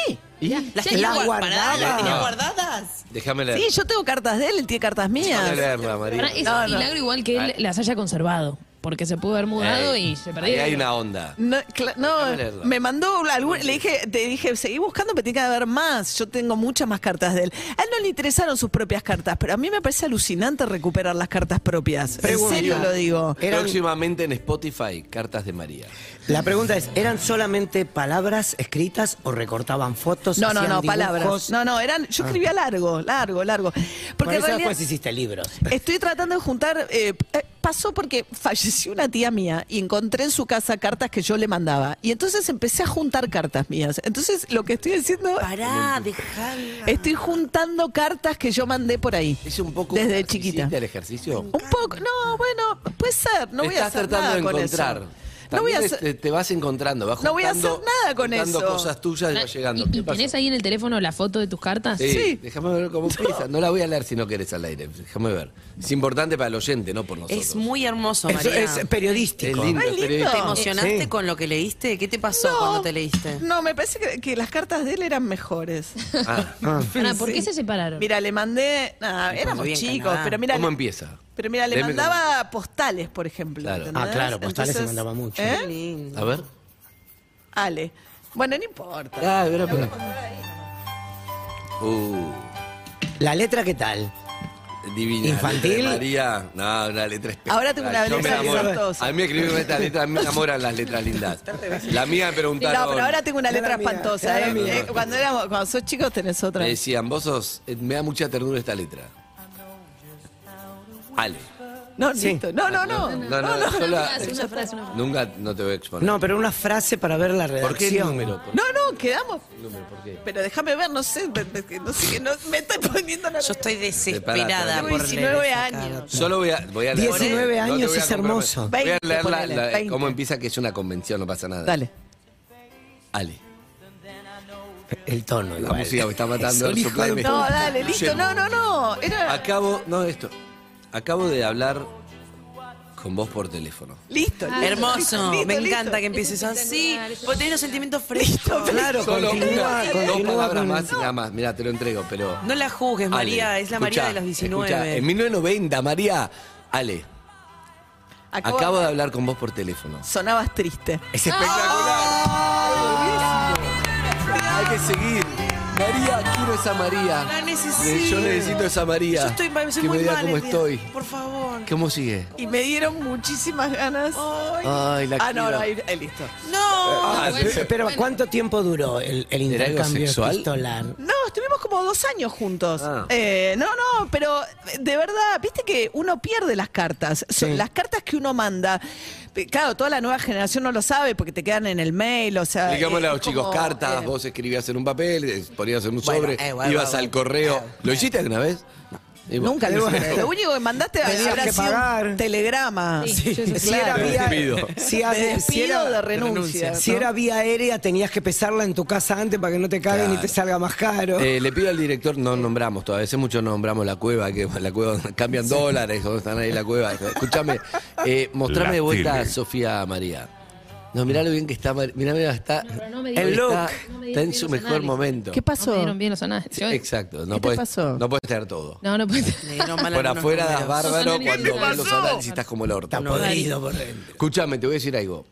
Speaker 10: ¿Las tenía
Speaker 9: La
Speaker 10: gua-
Speaker 9: guardaba.
Speaker 10: pará, ¿Las tenía
Speaker 7: No.
Speaker 10: guardadas?
Speaker 7: Déjame leer.
Speaker 8: Sí, yo tengo cartas de él, él tiene cartas
Speaker 7: Déjame
Speaker 8: mías.
Speaker 7: leerla, María.
Speaker 13: Pará, es
Speaker 8: No,
Speaker 13: un
Speaker 8: no.
Speaker 13: milagro igual que él las haya conservado. Porque se pudo haber mudado
Speaker 7: Ey,
Speaker 13: y se
Speaker 7: Eh, Ahí
Speaker 13: perdió.
Speaker 7: hay una onda.
Speaker 8: No, cla- no,
Speaker 7: Déjame leerla.
Speaker 8: me mandó una- algún- le dije, te dije, seguí buscando, pero tiene que haber más. Yo tengo muchas más cartas de él. A él no le interesaron sus propias cartas, pero a mí me parece alucinante recuperar las cartas propias. En
Speaker 9: Pregunta.
Speaker 8: serio lo digo.
Speaker 9: Eran-
Speaker 7: Próximamente en Spotify, cartas de María.
Speaker 9: La pregunta es, ¿eran solamente palabras escritas o recortaban fotos?
Speaker 8: No, no,
Speaker 9: hacían
Speaker 8: no,
Speaker 9: dibujos?
Speaker 8: palabras. No, no, eran. Yo escribía largo, largo, largo.
Speaker 9: Por
Speaker 8: Porque en
Speaker 9: eso
Speaker 8: realidad
Speaker 9: después hiciste libros.
Speaker 8: estoy tratando de juntar. eh, eh, pasó porque falleció una tía mía y encontré en su casa cartas que yo le mandaba. Y entonces empecé a juntar cartas mías. Entonces lo que estoy haciendo.
Speaker 10: Pará, dejala.
Speaker 8: Estoy juntando cartas que yo mandé por ahí.
Speaker 7: Es un poco.
Speaker 8: Desde chiquita.
Speaker 7: ¿Hiciste el ejercicio?
Speaker 8: Un poco. No, bueno, puede ser. No voy a
Speaker 7: Estás
Speaker 8: hacer
Speaker 7: tratando
Speaker 8: nada
Speaker 7: de
Speaker 8: con eso.
Speaker 7: encontrar.
Speaker 11: No voy a
Speaker 7: También,
Speaker 11: hacer-
Speaker 7: este, te vas encontrando, vas
Speaker 11: No voy a
Speaker 7: juntando-
Speaker 11: hacer nada con
Speaker 7: juntando
Speaker 11: eso.
Speaker 7: cosas tuyas y vas llegando.
Speaker 10: Ah, ¿Y
Speaker 7: ¿Qué pasa?
Speaker 10: tenés ahí en el teléfono la foto de tus cartas?
Speaker 7: Sí, déjame ver cómo empieza. No la voy a leer si no querés al aire. Déjame ver. Es importante para el oyente, no por nosotros.
Speaker 8: Es muy hermoso,
Speaker 7: Eso
Speaker 8: María.
Speaker 7: es periodístico. Es lindo, es Ay, lindo. periodístico.
Speaker 8: ¿Te emocionaste
Speaker 7: Sí.
Speaker 8: con lo que
Speaker 10: este,
Speaker 8: leíste? ¿Qué te pasó
Speaker 11: No.
Speaker 8: cuando te leíste?
Speaker 11: No, me parece que, que las cartas de él eran mejores.
Speaker 7: Ah.
Speaker 10: Pará, ¿por qué se separaron?
Speaker 11: Mira, le mandé.
Speaker 8: Ah,
Speaker 11: nah, éramos
Speaker 8: bien
Speaker 11: chicos,
Speaker 8: Canadá.
Speaker 11: pero mira.
Speaker 7: ¿Cómo
Speaker 11: le-
Speaker 7: empieza?
Speaker 11: Pero mira, le
Speaker 7: Deme
Speaker 11: mandaba postales, por ejemplo.
Speaker 7: Claro.
Speaker 11: ¿entendés?
Speaker 9: Ah, claro, postales se mandaba mucho.
Speaker 11: ¿eh?
Speaker 8: Qué lindo.
Speaker 7: A ver.
Speaker 11: Ale. Bueno, no importa.
Speaker 7: Ah, espera, espera. Uh,
Speaker 9: La letra, ¿qué tal?
Speaker 7: divina.
Speaker 9: ¿Infantil?
Speaker 7: letra de María. No, una letra espectacular.
Speaker 11: Ahora tengo una
Speaker 7: Yo
Speaker 11: letra
Speaker 7: me enamoro.
Speaker 11: espantosa.
Speaker 7: A mí me escribieron estas letras, a mí me enamoran las letras lindas. La mía me preguntaron.
Speaker 11: No, pero ahora tengo una letra espantosa.
Speaker 7: era
Speaker 11: ¿eh?
Speaker 7: la mía.
Speaker 11: Eh, Cuando, éramos, cuando sos chicos tenés otra.
Speaker 7: Me decían, vos sos. eh, Me da mucha ternura esta letra. Ale.
Speaker 11: No, listo. No, no, no.
Speaker 7: No, no, solo-
Speaker 10: Hace una frase, una frase.
Speaker 7: Nunca no te voy a exponer.
Speaker 9: No, pero una frase para ver la redacción.
Speaker 7: ¿Por qué el número? ¿Por
Speaker 11: No, no, quedamos.
Speaker 7: qué el número? ¿Por qué?
Speaker 11: Pero déjame ver, no sé. me- me- No sé, que no, me estoy poniendo la
Speaker 8: Yo estoy
Speaker 7: Separate.
Speaker 8: desesperada
Speaker 11: Tengo
Speaker 8: por
Speaker 11: 19
Speaker 8: leer esa
Speaker 11: años.
Speaker 8: carta.
Speaker 7: Solo voy a, voy a leer.
Speaker 9: 19
Speaker 7: No te
Speaker 9: años
Speaker 7: voy a
Speaker 9: es
Speaker 7: comprometer.
Speaker 9: hermoso.
Speaker 7: Voy a
Speaker 11: 20,
Speaker 7: leer la-
Speaker 11: ponele,
Speaker 7: la-
Speaker 11: 20.
Speaker 7: cómo empieza, que es una convención, no pasa nada.
Speaker 11: Dale.
Speaker 7: Ale.
Speaker 9: El tono,
Speaker 7: La
Speaker 9: igual.
Speaker 7: música me está matando.
Speaker 9: Es un
Speaker 7: el
Speaker 9: hijo
Speaker 7: supply
Speaker 9: de
Speaker 7: me-
Speaker 11: No, dale, listo. No, no, no. Era.
Speaker 7: Acabo. No, esto. Acabo de hablar con vos por teléfono.
Speaker 11: Listo. listo,
Speaker 8: Ah, Hermoso.
Speaker 11: listo, listo,
Speaker 8: Me
Speaker 11: listo.
Speaker 8: encanta que empieces así. Vos tenés los sentimientos
Speaker 11: Listo,
Speaker 8: frescos.
Speaker 9: Claro,
Speaker 7: Solo
Speaker 9: continúa,
Speaker 7: una- dos
Speaker 9: continúa
Speaker 7: palabras
Speaker 9: con-
Speaker 7: más y nada más. Mirá, te lo entrego, pero.
Speaker 8: No la juzgues,
Speaker 7: Ale,
Speaker 8: María. Es la María
Speaker 7: escuchá,
Speaker 8: de los
Speaker 7: escuchá,
Speaker 8: 19.
Speaker 7: en 1990, María. Ale, acabo, de hablar con vos por teléfono.
Speaker 11: Sonabas triste.
Speaker 7: Es espectacular. Hay que seguir. María, quiero esa María.
Speaker 8: La necesito.
Speaker 7: Le- Yo necesito esa María.
Speaker 8: Yo estoy, soy
Speaker 7: que
Speaker 8: muy
Speaker 7: me diga
Speaker 8: mal,
Speaker 7: cómo
Speaker 8: Elvia.
Speaker 7: estoy.
Speaker 8: Por favor.
Speaker 7: ¿Cómo sigue?
Speaker 11: Y me dieron muchísimas ganas.
Speaker 7: Ay, la
Speaker 11: ah, no,
Speaker 7: quiero.
Speaker 11: no, ahí- ahí listo.
Speaker 8: No.
Speaker 9: Ah, pero, pero ¿cuánto tiempo duró el, el
Speaker 7: ¿Era algo
Speaker 9: intercambio
Speaker 7: sexual?
Speaker 9: epistolar?
Speaker 11: No, estuvimos como dos años juntos.
Speaker 7: Ah.
Speaker 11: Eh, no, no, pero de verdad, viste que uno pierde las cartas. Son
Speaker 9: Sí.
Speaker 11: Las cartas que uno manda. Eh, Claro, toda la nueva generación no lo sabe porque te quedan en el mail, o sea.
Speaker 7: Expliquémosle a
Speaker 11: eh,
Speaker 7: los
Speaker 11: es
Speaker 7: chicos,
Speaker 11: como,
Speaker 7: cartas,
Speaker 11: eh,
Speaker 7: vos escribías en un papel, eh, ponías en un
Speaker 8: Bueno,
Speaker 7: sobre,
Speaker 8: eh, bueno,
Speaker 7: ibas
Speaker 8: bueno,
Speaker 7: al correo.
Speaker 8: eh,
Speaker 7: ¿Lo hiciste alguna vez? Y bueno,
Speaker 11: Nunca lo hice. Lo único que mandaste
Speaker 9: Tenías
Speaker 11: habrá
Speaker 9: que
Speaker 11: sido un
Speaker 9: pagar.
Speaker 11: telegrama.
Speaker 10: Sí, yo sé,
Speaker 9: Si
Speaker 10: claro.
Speaker 9: era
Speaker 7: Me
Speaker 9: vía-
Speaker 7: despido.
Speaker 9: si a-
Speaker 11: Me
Speaker 9: si
Speaker 11: despido
Speaker 9: era-
Speaker 11: de renuncia.
Speaker 9: Si
Speaker 11: ¿no?
Speaker 9: era vía aérea, tenías que pesarla en tu casa antes para que no te caguen
Speaker 7: Claro.
Speaker 9: y te salga más caro.
Speaker 7: Eh, le pido al director, no nombramos todavía, veces muchos nombramos la cueva, que la cueva cambian dólares, ¿dónde están ahí la cueva? Escúchame, eh, mostrame de vuelta a Sofía María. No, mirá lo bien que está, Mar- mirá, mirá, está,
Speaker 10: pero no me
Speaker 7: está-
Speaker 10: digas-
Speaker 7: está,
Speaker 10: No me digas
Speaker 7: en
Speaker 10: que
Speaker 7: su
Speaker 10: no
Speaker 7: mejor
Speaker 10: análisis.
Speaker 7: momento.
Speaker 11: ¿Qué
Speaker 10: No me
Speaker 11: pasó?
Speaker 10: dieron bien los análisis.
Speaker 7: Sí,
Speaker 10: hoy.
Speaker 7: Exacto, no
Speaker 11: ¿Qué te
Speaker 7: puedes,
Speaker 11: pasó?
Speaker 7: no puedes tener todo.
Speaker 10: No, no puede.
Speaker 8: Le dieron mal
Speaker 7: Por
Speaker 8: algunos
Speaker 7: afuera das
Speaker 8: números.
Speaker 7: bárbaro
Speaker 10: No son
Speaker 7: cuando ves los
Speaker 10: analistas.
Speaker 7: análisis estás como el orto.
Speaker 9: Está podrido por dentro.
Speaker 7: Escúchame, te voy a decir algo.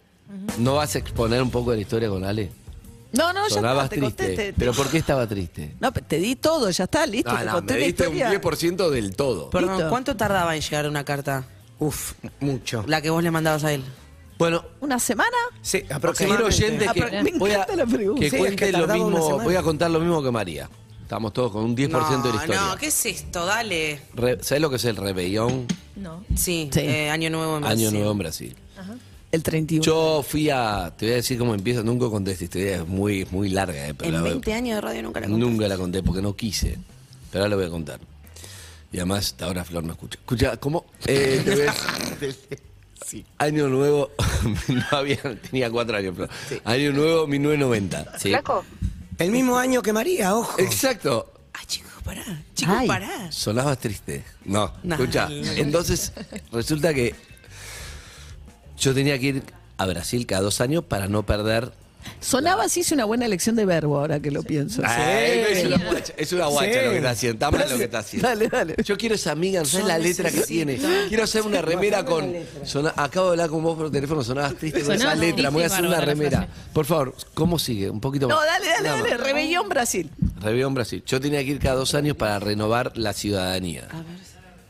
Speaker 7: ¿No vas a exponer un poco de la historia con Ale?
Speaker 11: No, no, ya
Speaker 7: Sonabas
Speaker 11: está, te conté.
Speaker 7: triste.
Speaker 11: te- te-
Speaker 7: ¿Pero por qué estaba triste?
Speaker 11: No, te di todo, ya está, listo.
Speaker 7: Ah,
Speaker 11: te
Speaker 7: no,
Speaker 11: conté
Speaker 7: me
Speaker 11: la
Speaker 7: diste un
Speaker 11: historia.
Speaker 7: 10% del todo.
Speaker 8: Perdón,
Speaker 11: Listo.
Speaker 8: ¿cuánto tardaba en llegar una carta?
Speaker 9: Uf, mucho.
Speaker 8: La que vos le mandabas a él.
Speaker 7: Bueno,
Speaker 11: ¿Una semana?
Speaker 9: Sí,
Speaker 7: quiero
Speaker 9: aproximadamente.
Speaker 7: oyente
Speaker 11: Ah,
Speaker 7: que,
Speaker 11: pero me
Speaker 7: voy a-
Speaker 11: encanta la pregunta.
Speaker 7: que
Speaker 9: Sí, es
Speaker 7: cuente
Speaker 9: que
Speaker 7: lo
Speaker 9: tardaba una
Speaker 7: mismo,
Speaker 9: semana.
Speaker 7: voy a contar lo mismo que María. Estamos todos con un 10% de la historia.
Speaker 8: no, ¿qué es esto? Dale.
Speaker 7: Re- ¿Sabés lo que es el rebellón?
Speaker 10: No.
Speaker 8: Sí,
Speaker 11: Sí.
Speaker 8: eh, Año Nuevo en Brasil.
Speaker 7: Año Nuevo en Brasil.
Speaker 11: El 31.
Speaker 7: Yo fui a, te voy a decir cómo empieza, nunca conté esta historia, es muy, muy larga. eh, pero
Speaker 8: En
Speaker 7: la-
Speaker 8: 20 años de radio nunca la conté.
Speaker 7: Nunca la conté porque no quise. Pero ahora la voy a contar. Y además, ahora Flor no escucha. Escucha, ¿cómo? Eh, te ves- Año nuevo, no había, tenía cuatro años, Flor. Año nuevo, 1990. Sí.
Speaker 9: El mismo año que María, ojo.
Speaker 7: Eh, Exacto.
Speaker 8: Ay, chicos, pará. Chicos,
Speaker 11: Ay.
Speaker 8: pará.
Speaker 7: Sonabas triste. No,
Speaker 8: No.
Speaker 7: escucha. Entonces, resulta que yo tenía que ir a Brasil cada dos años para no perder.
Speaker 11: Sonaba así, hice una buena elección de verbo ahora que lo pienso.
Speaker 7: Ay, es una guacha, es una guacha
Speaker 9: Sí.
Speaker 7: lo que está haciendo. Está mal lo que está haciendo.
Speaker 11: Dale, dale.
Speaker 7: Yo quiero esa amiga, no sabes
Speaker 8: Yo
Speaker 7: la letra que tiene. Quiero hacer una remera con. sona- acabo de hablar con vos por teléfono, sonabas triste con esa
Speaker 10: Sonabas
Speaker 7: letra. Me voy a hacer una
Speaker 10: triste, bárbara,
Speaker 7: remera.
Speaker 10: frase.
Speaker 7: Por favor, ¿cómo sigue? Un poquito más.
Speaker 11: No, dale, dale,
Speaker 7: Nada más.
Speaker 11: dale. Rebelión Brasil.
Speaker 7: Rebelión Brasil. Yo tenía que ir cada dos años para renovar la ciudadanía.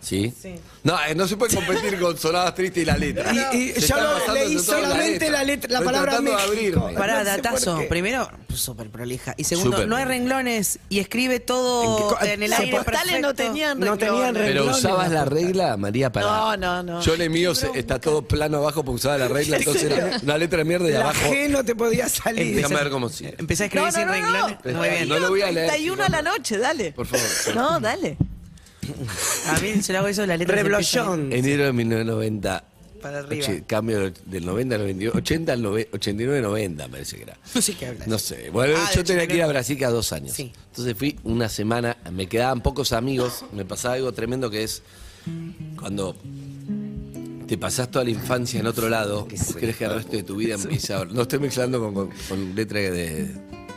Speaker 7: ¿Sí? No, eh, no se puede competir con sonadas tristes y la letra.
Speaker 9: Y- y
Speaker 7: Se
Speaker 9: yo
Speaker 7: están
Speaker 9: lo-
Speaker 7: pasando
Speaker 9: leí
Speaker 7: entre todos
Speaker 9: solamente la letra- la
Speaker 7: Estoy
Speaker 9: palabra
Speaker 7: tratando de
Speaker 9: México.
Speaker 7: abrirme.
Speaker 8: Pará,
Speaker 9: No sé por
Speaker 8: datazo.
Speaker 9: qué.
Speaker 8: Primero, súper prolija. Y segundo,
Speaker 7: Súper
Speaker 8: no hay
Speaker 7: prolija.
Speaker 8: renglores y escribe todo
Speaker 9: ¿En qué co-
Speaker 8: en, el
Speaker 9: se
Speaker 8: aire.
Speaker 9: puede-
Speaker 11: Portales
Speaker 8: perfecto.
Speaker 11: no tenían
Speaker 9: No tenían
Speaker 11: renglones.
Speaker 7: Pero
Speaker 9: Renglón,
Speaker 7: usabas
Speaker 9: la
Speaker 7: la
Speaker 9: puta.
Speaker 7: regla, María, para.
Speaker 11: No, no, no.
Speaker 7: Yo le mío, se- está todo plano abajo porque usaba la regla, entonces era una letra de mierda y
Speaker 9: La
Speaker 7: abajo.
Speaker 9: G no te podía salir.
Speaker 7: Déjame ver cómo sigue.
Speaker 8: Empecé a escribir
Speaker 11: No, no,
Speaker 8: sin
Speaker 11: no, no.
Speaker 8: renglones. Muy bien.
Speaker 7: No lo voy a leer,
Speaker 11: 31 a la noche, dale.
Speaker 7: Por favor.
Speaker 11: No, dale.
Speaker 8: A mí se le hago eso de la letra. que se empieza a
Speaker 9: Reblollón.
Speaker 7: Enero de 1990.
Speaker 8: para arriba.
Speaker 7: Oche- cambio del- del 90 al 92. 80 al 90, 89, 90 parece que era.
Speaker 8: No sé qué hablas.
Speaker 7: No sé. Bueno,
Speaker 8: Ah,
Speaker 7: yo
Speaker 8: del
Speaker 7: tenía que ir a
Speaker 8: 89.
Speaker 7: Brasil cada dos años. Entonces fui una semana, me quedaban pocos amigos, me pasaba algo tremendo que es cuando te pasás toda la infancia en otro lado, crees que el resto de tu vida empieza ahora. No estoy mezclando con, con, con letra de,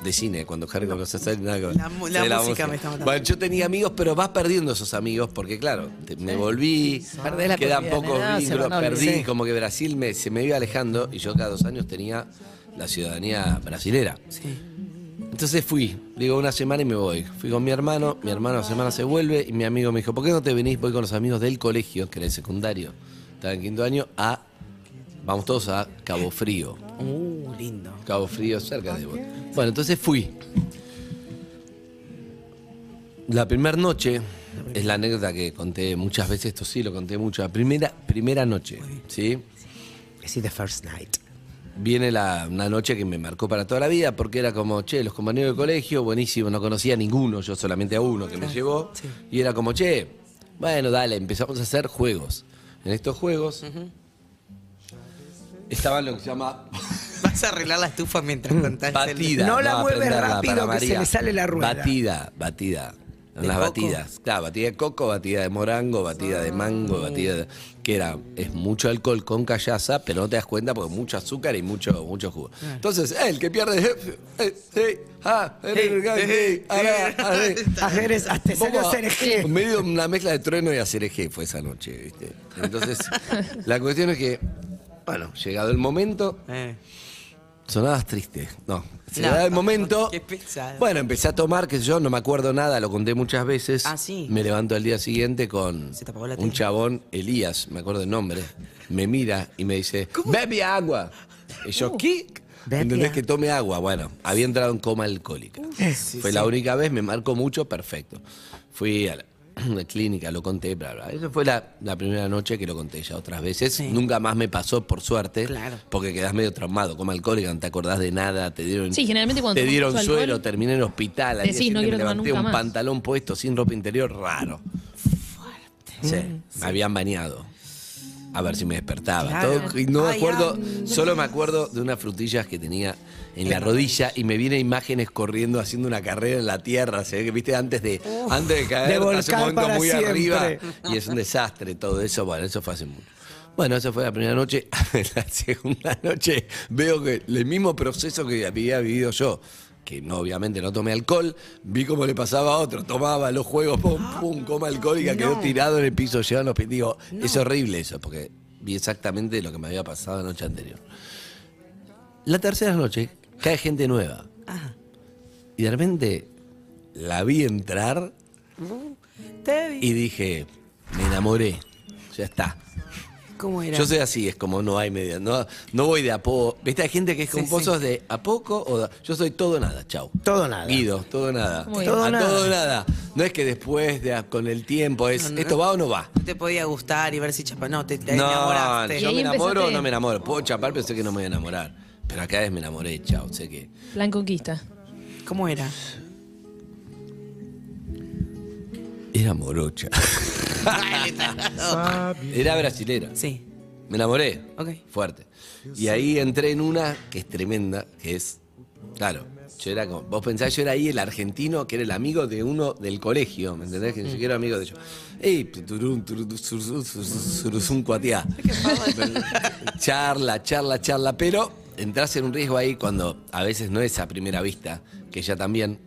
Speaker 7: de cine, cuando Harry conoce a Sally, nada que ver.
Speaker 8: La mu- la
Speaker 7: Sí,
Speaker 8: música me está matando.
Speaker 7: Bueno, yo tenía amigos, pero vas perdiendo esos amigos, porque claro, te- me volví,
Speaker 11: Perdés la
Speaker 7: quedan
Speaker 11: cotidianidad,
Speaker 7: pocos
Speaker 11: se
Speaker 7: vínculos,
Speaker 11: van a olvidar.
Speaker 7: perdí,
Speaker 11: Sí.
Speaker 7: como que Brasil me- se me iba alejando y yo cada dos años tenía la ciudadanía brasilera. Entonces fui, digo una semana y me voy. Fui con mi hermano, mi hermano a la semana se vuelve y mi amigo me dijo, ¿por qué no te venís? Voy con los amigos del colegio, que era el secundario, estaba en quinto año, a, vamos todos a Cabo Frío.
Speaker 9: Uh, lindo.
Speaker 7: Cabo Frío, cerca de vos. Bueno, entonces fui. La primera noche, es la anécdota que conté muchas veces, esto sí lo conté mucho, la primera, primera noche, ¿sí?
Speaker 9: Sí, the first night.
Speaker 7: Viene la, una noche que me marcó para toda la vida porque era como, che, los compañeros de colegio, buenísimo, no conocía a ninguno, yo solamente a uno que me llevó. Y era como, che, bueno, dale, empezamos a hacer juegos. En estos juegos estaban lo que se llama
Speaker 8: Vas a arreglar la estufa mientras contás. el-
Speaker 7: Mm. batida.
Speaker 9: No la
Speaker 7: a
Speaker 9: mueves
Speaker 7: aprenderla
Speaker 9: rápido,
Speaker 7: para
Speaker 9: que se
Speaker 7: María.
Speaker 9: le sale la rueda.
Speaker 7: Batida, batida.
Speaker 9: ¿De
Speaker 7: Las
Speaker 9: coco?
Speaker 7: batidas. Claro, batida de coco, batida de morango, batida de
Speaker 9: Mm.
Speaker 7: mango, batida de... Que era, es mucho alcohol con callaza, pero no te das cuenta porque mucho azúcar y mucho, mucho jugo. Entonces, eh, el que pierde... eh, eh, eh, ah, eh, eh, eh, ah, ah, eh.
Speaker 9: Ajeres, artesanos,
Speaker 7: Poco-
Speaker 9: cereje.
Speaker 7: Medio una mezcla de trueno y acereje fue esa noche, ¿viste? Entonces, la cuestión es que, bueno, llegado el momento,
Speaker 11: Eh.
Speaker 7: sonabas triste. No, llegado el momento,
Speaker 8: Qué pesado.
Speaker 7: bueno, empecé a tomar, que yo no me acuerdo nada, lo conté muchas veces.
Speaker 8: Ah, sí.
Speaker 7: Me levanto al día siguiente con
Speaker 8: apagó la
Speaker 7: un
Speaker 8: tele.
Speaker 7: chabón, Elías, me acuerdo el nombre, me mira y me dice, bebe agua. Y
Speaker 10: Uh.
Speaker 7: yo, ¿qué?
Speaker 2: Bebe
Speaker 7: ¿Entendés
Speaker 2: agua.
Speaker 7: que tome agua? Bueno, había entrado en coma alcohólica. Fue la única vez, me marcó mucho, perfecto. Fui a la, la clínica, lo conté, bla, bla. Esa fue la, la primera noche que lo conté ya otras veces. Nunca más me pasó, por suerte,
Speaker 8: Claro.
Speaker 7: porque quedás medio traumado, coma alcohólica, no te acordás de nada, te dieron
Speaker 10: Sí, generalmente cuando
Speaker 7: te
Speaker 10: tomas
Speaker 7: dieron
Speaker 10: mucho alcohol-
Speaker 7: suelo, terminé en el hospital. al día
Speaker 10: Decís, no
Speaker 7: siguiente me
Speaker 10: quiero tomar
Speaker 7: levanté
Speaker 10: nunca
Speaker 7: un
Speaker 10: más.
Speaker 7: pantalón puesto sin ropa interior, raro. Fuerte. Sí, me habían bañado. A ver si me despertaba.
Speaker 8: Claro.
Speaker 7: Todo- y no me
Speaker 8: Ay,
Speaker 7: acuerdo,
Speaker 8: Andrés.
Speaker 7: solo me acuerdo de unas frutillas que tenía en la rodilla y me viene imágenes corriendo haciendo una carrera en la tierra. Se ve que viste antes de, antes de caer,
Speaker 9: De
Speaker 7: hace un
Speaker 9: volcar
Speaker 7: momento
Speaker 9: para
Speaker 7: muy
Speaker 9: siempre.
Speaker 7: arriba. Y es un desastre todo eso. Bueno, eso fue hace mucho. Bueno, esa fue la primera noche. la segunda noche veo que el mismo proceso que había vivido yo, que no, obviamente no tomé alcohol, vi cómo le pasaba a otro. Tomaba los juegos, pum, pum, coma alcohólica, quedó tirado en el piso, llevaba los pies. Digo, es horrible eso, porque vi exactamente lo que me había pasado la noche anterior. La tercera noche cae gente nueva.
Speaker 8: Ah,
Speaker 7: Y de repente la vi entrar
Speaker 8: Te vi.
Speaker 7: y dije, me enamoré. Ya está.
Speaker 8: ¿Cómo era?
Speaker 7: Yo soy así, es como no hay media. No, no voy de a poco. Viste, hay gente que es con
Speaker 8: Sí,
Speaker 7: pozos de a poco o da- yo soy todo nada, chau.
Speaker 9: Todo nada.
Speaker 7: Guido, todo nada.
Speaker 10: Muy
Speaker 7: a
Speaker 9: bien. Todo
Speaker 7: todo nada. No es que después de, a- con el tiempo es esto va o no va.
Speaker 8: No te podía gustar y ver si chapa. No, te, te
Speaker 7: No,
Speaker 8: enamoraste.
Speaker 7: yo
Speaker 10: Y ahí
Speaker 7: me enamoro o
Speaker 10: empezaste.
Speaker 7: no me enamoro. Puedo chapar, pero sé que no me voy a enamorar. Pero acá vez me enamoré, chau. Sé que.
Speaker 10: Plan conquista.
Speaker 8: ¿Cómo era?
Speaker 7: Era morocha. Era brasilera.
Speaker 8: Sí.
Speaker 7: Me enamoré.
Speaker 8: Ok.
Speaker 7: Fuerte. Y ahí entré en una que es tremenda, que es. Claro, yo era como. Vos pensás, yo era ahí el argentino que era el amigo de uno del colegio, ¿me entendés? Que ni siquiera era amigo de ellos. ¡Ey! turum, turum, suruzum, suruzum, cuatiá. Charla, charla, charla, pero entras en un riesgo ahí cuando a veces no es a primera vista, que ya también.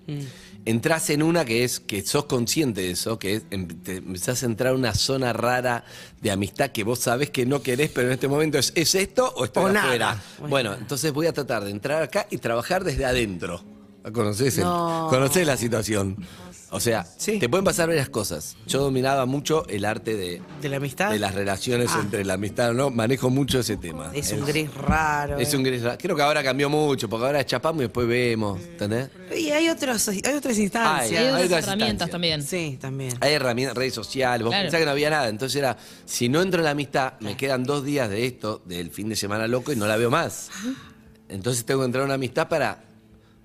Speaker 7: Entrás en una que es que sos consciente de eso, que es, em- te empezás a entrar en una zona rara de amistad que vos sabés que no querés, pero en este momento es, ¿es esto o estoy
Speaker 9: O nada.
Speaker 7: afuera? Bueno, entonces voy a tratar de entrar acá y trabajar desde adentro. Conocés, el- conocés la situación. O sea,
Speaker 9: Sí.
Speaker 7: te pueden pasar varias cosas. Yo dominaba mucho el arte de,
Speaker 8: ¿De la amistad?
Speaker 7: de las relaciones
Speaker 10: Ah.
Speaker 7: entre la amistad, ¿no? Manejo mucho ese tema.
Speaker 8: Es un gris raro. eh.
Speaker 7: Es un gris raro. Creo que ahora cambió mucho, porque ahora chapamos y después vemos, ¿entendés?
Speaker 8: Y hay, otros, hay
Speaker 7: Hay,
Speaker 8: otras
Speaker 10: Hay
Speaker 8: instancias.
Speaker 10: otras
Speaker 7: otras
Speaker 10: herramientas
Speaker 7: instancias.
Speaker 10: también.
Speaker 8: Sí, también.
Speaker 7: Hay herramientas, redes sociales, vos
Speaker 10: Claro.
Speaker 7: pensás que no había nada. Entonces era, si no entro en la amistad, me quedan dos días de esto, del fin de semana loco, y no la veo más. Entonces tengo que entrar en una amistad para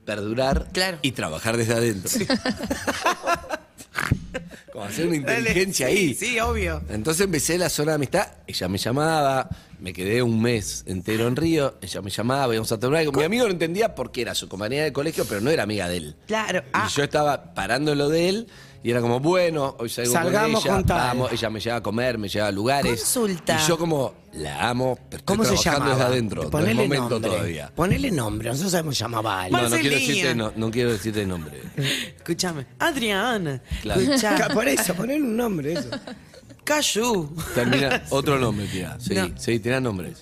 Speaker 7: perdurar
Speaker 8: Claro.
Speaker 7: y trabajar desde adentro. Como hacer una inteligencia ahí.
Speaker 8: Sí, obvio.
Speaker 7: Entonces empecé la zona de amistad, ella me llamaba, me quedé un mes entero en Río, ella me llamaba, íbamos a tomar algo. Mi amigo no entendía por qué era su compañera de colegio, pero no era amiga de él.
Speaker 8: Claro. Ah,
Speaker 7: Y yo estaba parando lo de él y era como, bueno, hoy salgo
Speaker 9: Salgamos
Speaker 7: con ella,
Speaker 9: con tal.
Speaker 7: vamos, ella me lleva a comer, me lleva a lugares.
Speaker 9: Consulta.
Speaker 7: Y yo como, la amo, pero estoy
Speaker 9: ¿Cómo se
Speaker 7: trabajando
Speaker 9: llama?
Speaker 7: desde adentro, no es
Speaker 9: Ponele
Speaker 7: momento
Speaker 9: nombre.
Speaker 7: todavía.
Speaker 9: Ponele nombre, nosotros sabemos llamar a
Speaker 7: No,
Speaker 9: alguien.
Speaker 7: no quiero, decirte,
Speaker 8: Marcelina.
Speaker 7: no, no quiero decirte nombre.
Speaker 8: Escúchame. Adrián.
Speaker 7: Claro.
Speaker 8: Escuchá.
Speaker 9: Por eso, ponele un nombre, eso.
Speaker 8: Cayu.
Speaker 7: Termina, otro nombre, tira. Sí,
Speaker 8: No. Mm.
Speaker 7: sí, tirá nombres.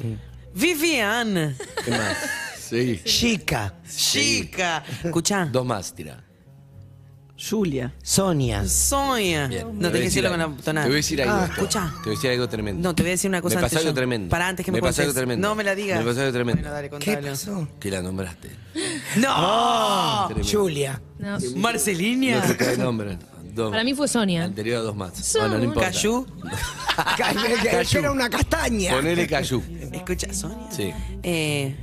Speaker 8: Vivian.
Speaker 7: ¿Qué más? Sí.
Speaker 9: Chica,
Speaker 8: Chica. Escuchá.
Speaker 7: Dos más, tira.
Speaker 11: Julia.
Speaker 9: Sonia.
Speaker 8: Sonia.
Speaker 7: Bien, te voy
Speaker 8: No
Speaker 7: a
Speaker 8: te que
Speaker 7: decir
Speaker 8: decirlo con la
Speaker 7: algo.
Speaker 8: tonada.
Speaker 7: Te voy a decir algo.
Speaker 8: Ah,
Speaker 7: esto.
Speaker 8: escuchá.
Speaker 7: Te voy a decir algo tremendo.
Speaker 8: No, te voy a decir una cosa
Speaker 7: Me
Speaker 8: antes
Speaker 7: pasó algo
Speaker 8: yo.
Speaker 7: tremendo.
Speaker 8: Pará, antes que me
Speaker 7: pasó algo
Speaker 8: cuentes.
Speaker 7: tremendo.
Speaker 8: No me la digas.
Speaker 7: Me pasó algo tremendo.
Speaker 8: Bueno, dale,
Speaker 9: ¿Qué
Speaker 8: contalo.
Speaker 9: pasó?
Speaker 7: Que la nombraste.
Speaker 8: ¡No!
Speaker 7: Tremendo.
Speaker 9: Julia.
Speaker 10: No,
Speaker 7: Ah, No
Speaker 8: Marcelina.
Speaker 7: te cae nombre. Dos.
Speaker 10: para mí fue Sonia.
Speaker 7: Anterior a dos más.
Speaker 10: Son-
Speaker 7: Bueno, no importa.
Speaker 8: Cayu.
Speaker 9: Ca-
Speaker 7: Cayú.
Speaker 9: Era una castaña.
Speaker 7: Ponele Cayú.
Speaker 8: Escucha, Sonia.
Speaker 7: Sí.
Speaker 8: Eh,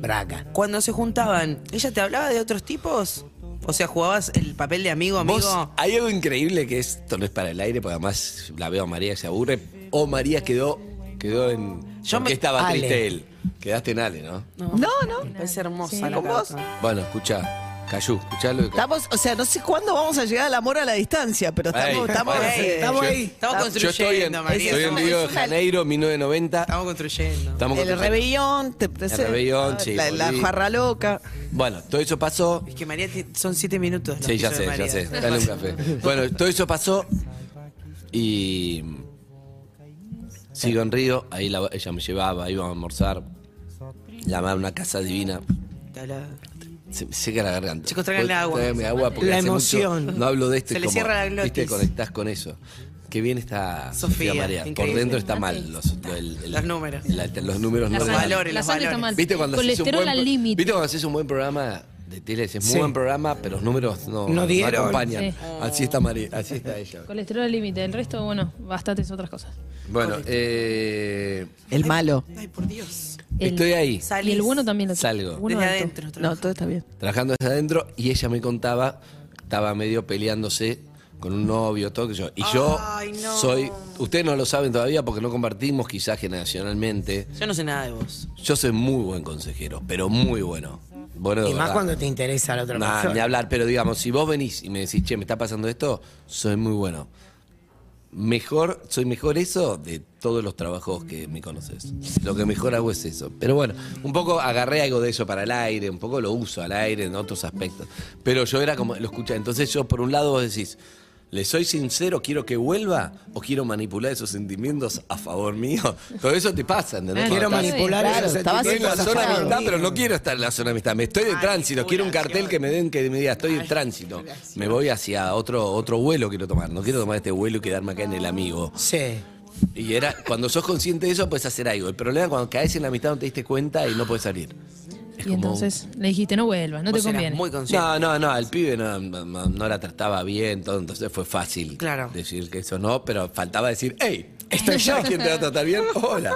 Speaker 9: Braca.
Speaker 8: cuando se juntaban, ¿ella te hablaba de otros tipos? O sea, ¿jugabas el papel de amigo, amigo?
Speaker 7: Vos, hay algo increíble que esto no es para el aire, porque además la veo a María que se aburre. O María quedó, quedó en.
Speaker 8: Yo
Speaker 7: ¿Por qué
Speaker 8: me-
Speaker 7: estaba
Speaker 9: Ale.
Speaker 7: triste él? Quedaste en Ale, ¿no?
Speaker 11: No, no.
Speaker 8: Es hermosa
Speaker 10: Sí.
Speaker 8: la
Speaker 11: ¿Con vos?
Speaker 8: carta.
Speaker 7: Bueno, escucha. Cayú, escuchalo. de Cayú.
Speaker 11: Estamos, o sea, no sé cuándo vamos a llegar al amor a la distancia, pero estamos,
Speaker 7: Ey,
Speaker 11: estamos,
Speaker 7: bueno,
Speaker 8: Ey,
Speaker 9: estamos
Speaker 7: yo- Ah,
Speaker 9: ahí.
Speaker 8: Estamos
Speaker 7: Yo
Speaker 8: construyendo,
Speaker 7: estoy en,
Speaker 8: María.
Speaker 7: estoy en
Speaker 8: estamos-
Speaker 7: Río de Janeiro, 1990.
Speaker 8: Estamos construyendo.
Speaker 7: Estamos
Speaker 11: el
Speaker 7: construyendo.
Speaker 11: rebellón, te, te-
Speaker 7: El rebellón, sí,
Speaker 11: la, la
Speaker 7: volví.
Speaker 11: jarra loca.
Speaker 7: Bueno, todo eso pasó.
Speaker 8: Es que María ti- son siete minutos. los
Speaker 7: Sí, ya
Speaker 8: pisos
Speaker 7: sé, ya
Speaker 8: de María.
Speaker 7: sé. Dale un café. Bueno, todo eso pasó y sigo en Río. Ahí la- ella me llevaba, íbamos a almorzar. La mamá una casa divina.
Speaker 8: Te hablaba.
Speaker 7: Se me seca la garganta.
Speaker 8: Chicos, tráiganle agua.
Speaker 7: Tráiganme agua porque
Speaker 9: La
Speaker 7: hace
Speaker 9: emoción.
Speaker 7: mucho no hablo de esto.
Speaker 8: Se
Speaker 7: y
Speaker 8: le
Speaker 7: como,
Speaker 8: cierra la glotis.
Speaker 7: Viste, conectás con eso. Qué bien está Sofía,
Speaker 8: Sofía,
Speaker 7: María. Por
Speaker 8: increíble.
Speaker 7: dentro está mal. Los, lo- el- el-
Speaker 8: Los números.
Speaker 7: la- los números
Speaker 10: La
Speaker 7: no
Speaker 8: Los
Speaker 10: sangre-
Speaker 7: van.
Speaker 8: valores,
Speaker 10: la
Speaker 8: los
Speaker 10: sangre está
Speaker 8: valores.
Speaker 10: mal.
Speaker 7: ¿Viste cuando, haces un
Speaker 10: Colesterol
Speaker 7: buen,
Speaker 10: al límite.
Speaker 7: ¿Viste cuando haces un buen programa de tele? Es muy
Speaker 9: Sí.
Speaker 7: buen programa, pero los números no,
Speaker 9: No dieron.
Speaker 7: acompañan.
Speaker 10: Sí.
Speaker 7: Así, está Mari- así está ella.
Speaker 10: Colesterol al límite. El resto, bueno, bastantes otras cosas.
Speaker 7: Bueno, eh,
Speaker 11: El malo.
Speaker 8: Ay, por Dios.
Speaker 10: El-
Speaker 7: estoy ahí,
Speaker 10: Y el bueno también lo
Speaker 7: Salgo.
Speaker 10: Uno
Speaker 8: Desde
Speaker 10: alto.
Speaker 8: adentro.
Speaker 11: No, todo está bien.
Speaker 7: trabajando desde adentro, y ella me contaba, estaba medio peleándose con un novio, todo que yo. Y yo
Speaker 8: Ay, no.
Speaker 7: soy, ustedes no lo saben todavía porque no compartimos quizás generacionalmente.
Speaker 8: Yo no sé nada de vos.
Speaker 7: Yo soy muy buen consejero, pero muy bueno. Bueno, de
Speaker 9: Y más
Speaker 7: verdad.
Speaker 9: cuando te interesa la otra
Speaker 7: Nah,
Speaker 9: persona.
Speaker 7: ni hablar, pero digamos, si vos venís y me decís, che, me está pasando esto, soy muy bueno. Mejor, soy mejor eso de todos los trabajos que me conoces. Lo que mejor hago es eso. Pero bueno, un poco agarré algo de eso para el aire, un poco lo uso al aire en otros aspectos. Pero yo era como, lo escuché. Entonces yo, por un lado, vos decís, ¿le soy sincero? ¿Quiero que vuelva? ¿O quiero manipular esos sentimientos a favor mío? Todo eso te pasa, ¿entendés?
Speaker 10: Ah,
Speaker 9: Quiero
Speaker 7: Cuando estás-
Speaker 9: manipular
Speaker 11: Claro,
Speaker 9: esos
Speaker 11: estabas
Speaker 7: Estoy en la
Speaker 9: sentimientos
Speaker 7: zona de
Speaker 9: afados.
Speaker 7: amistad, pero no quiero estar en la zona de amistad. Me estoy de tránsito. Quiero un
Speaker 8: manipulación.
Speaker 7: cartel que me den que me diga estoy en tránsito. Me voy hacia otro otro vuelo quiero tomar. No quiero tomar este vuelo y quedarme acá en el amigo.
Speaker 9: Sí.
Speaker 7: Y era cuando sos consciente de eso puedes hacer algo. El problema es cuando caes en la amistad no te diste cuenta y no puedes salir. Es
Speaker 10: Y
Speaker 7: como-
Speaker 10: entonces le dijiste, no vuelvas, no
Speaker 8: Vos
Speaker 10: te
Speaker 8: eras
Speaker 10: conviene.
Speaker 8: muy consciente.
Speaker 7: No, no, no, el pibe no, no- no la trataba bien, todo, entonces fue fácil
Speaker 8: Claro.
Speaker 7: decir que eso no, pero faltaba decir, hey, estoy yo, ¿quién te va a tratar bien? Hola.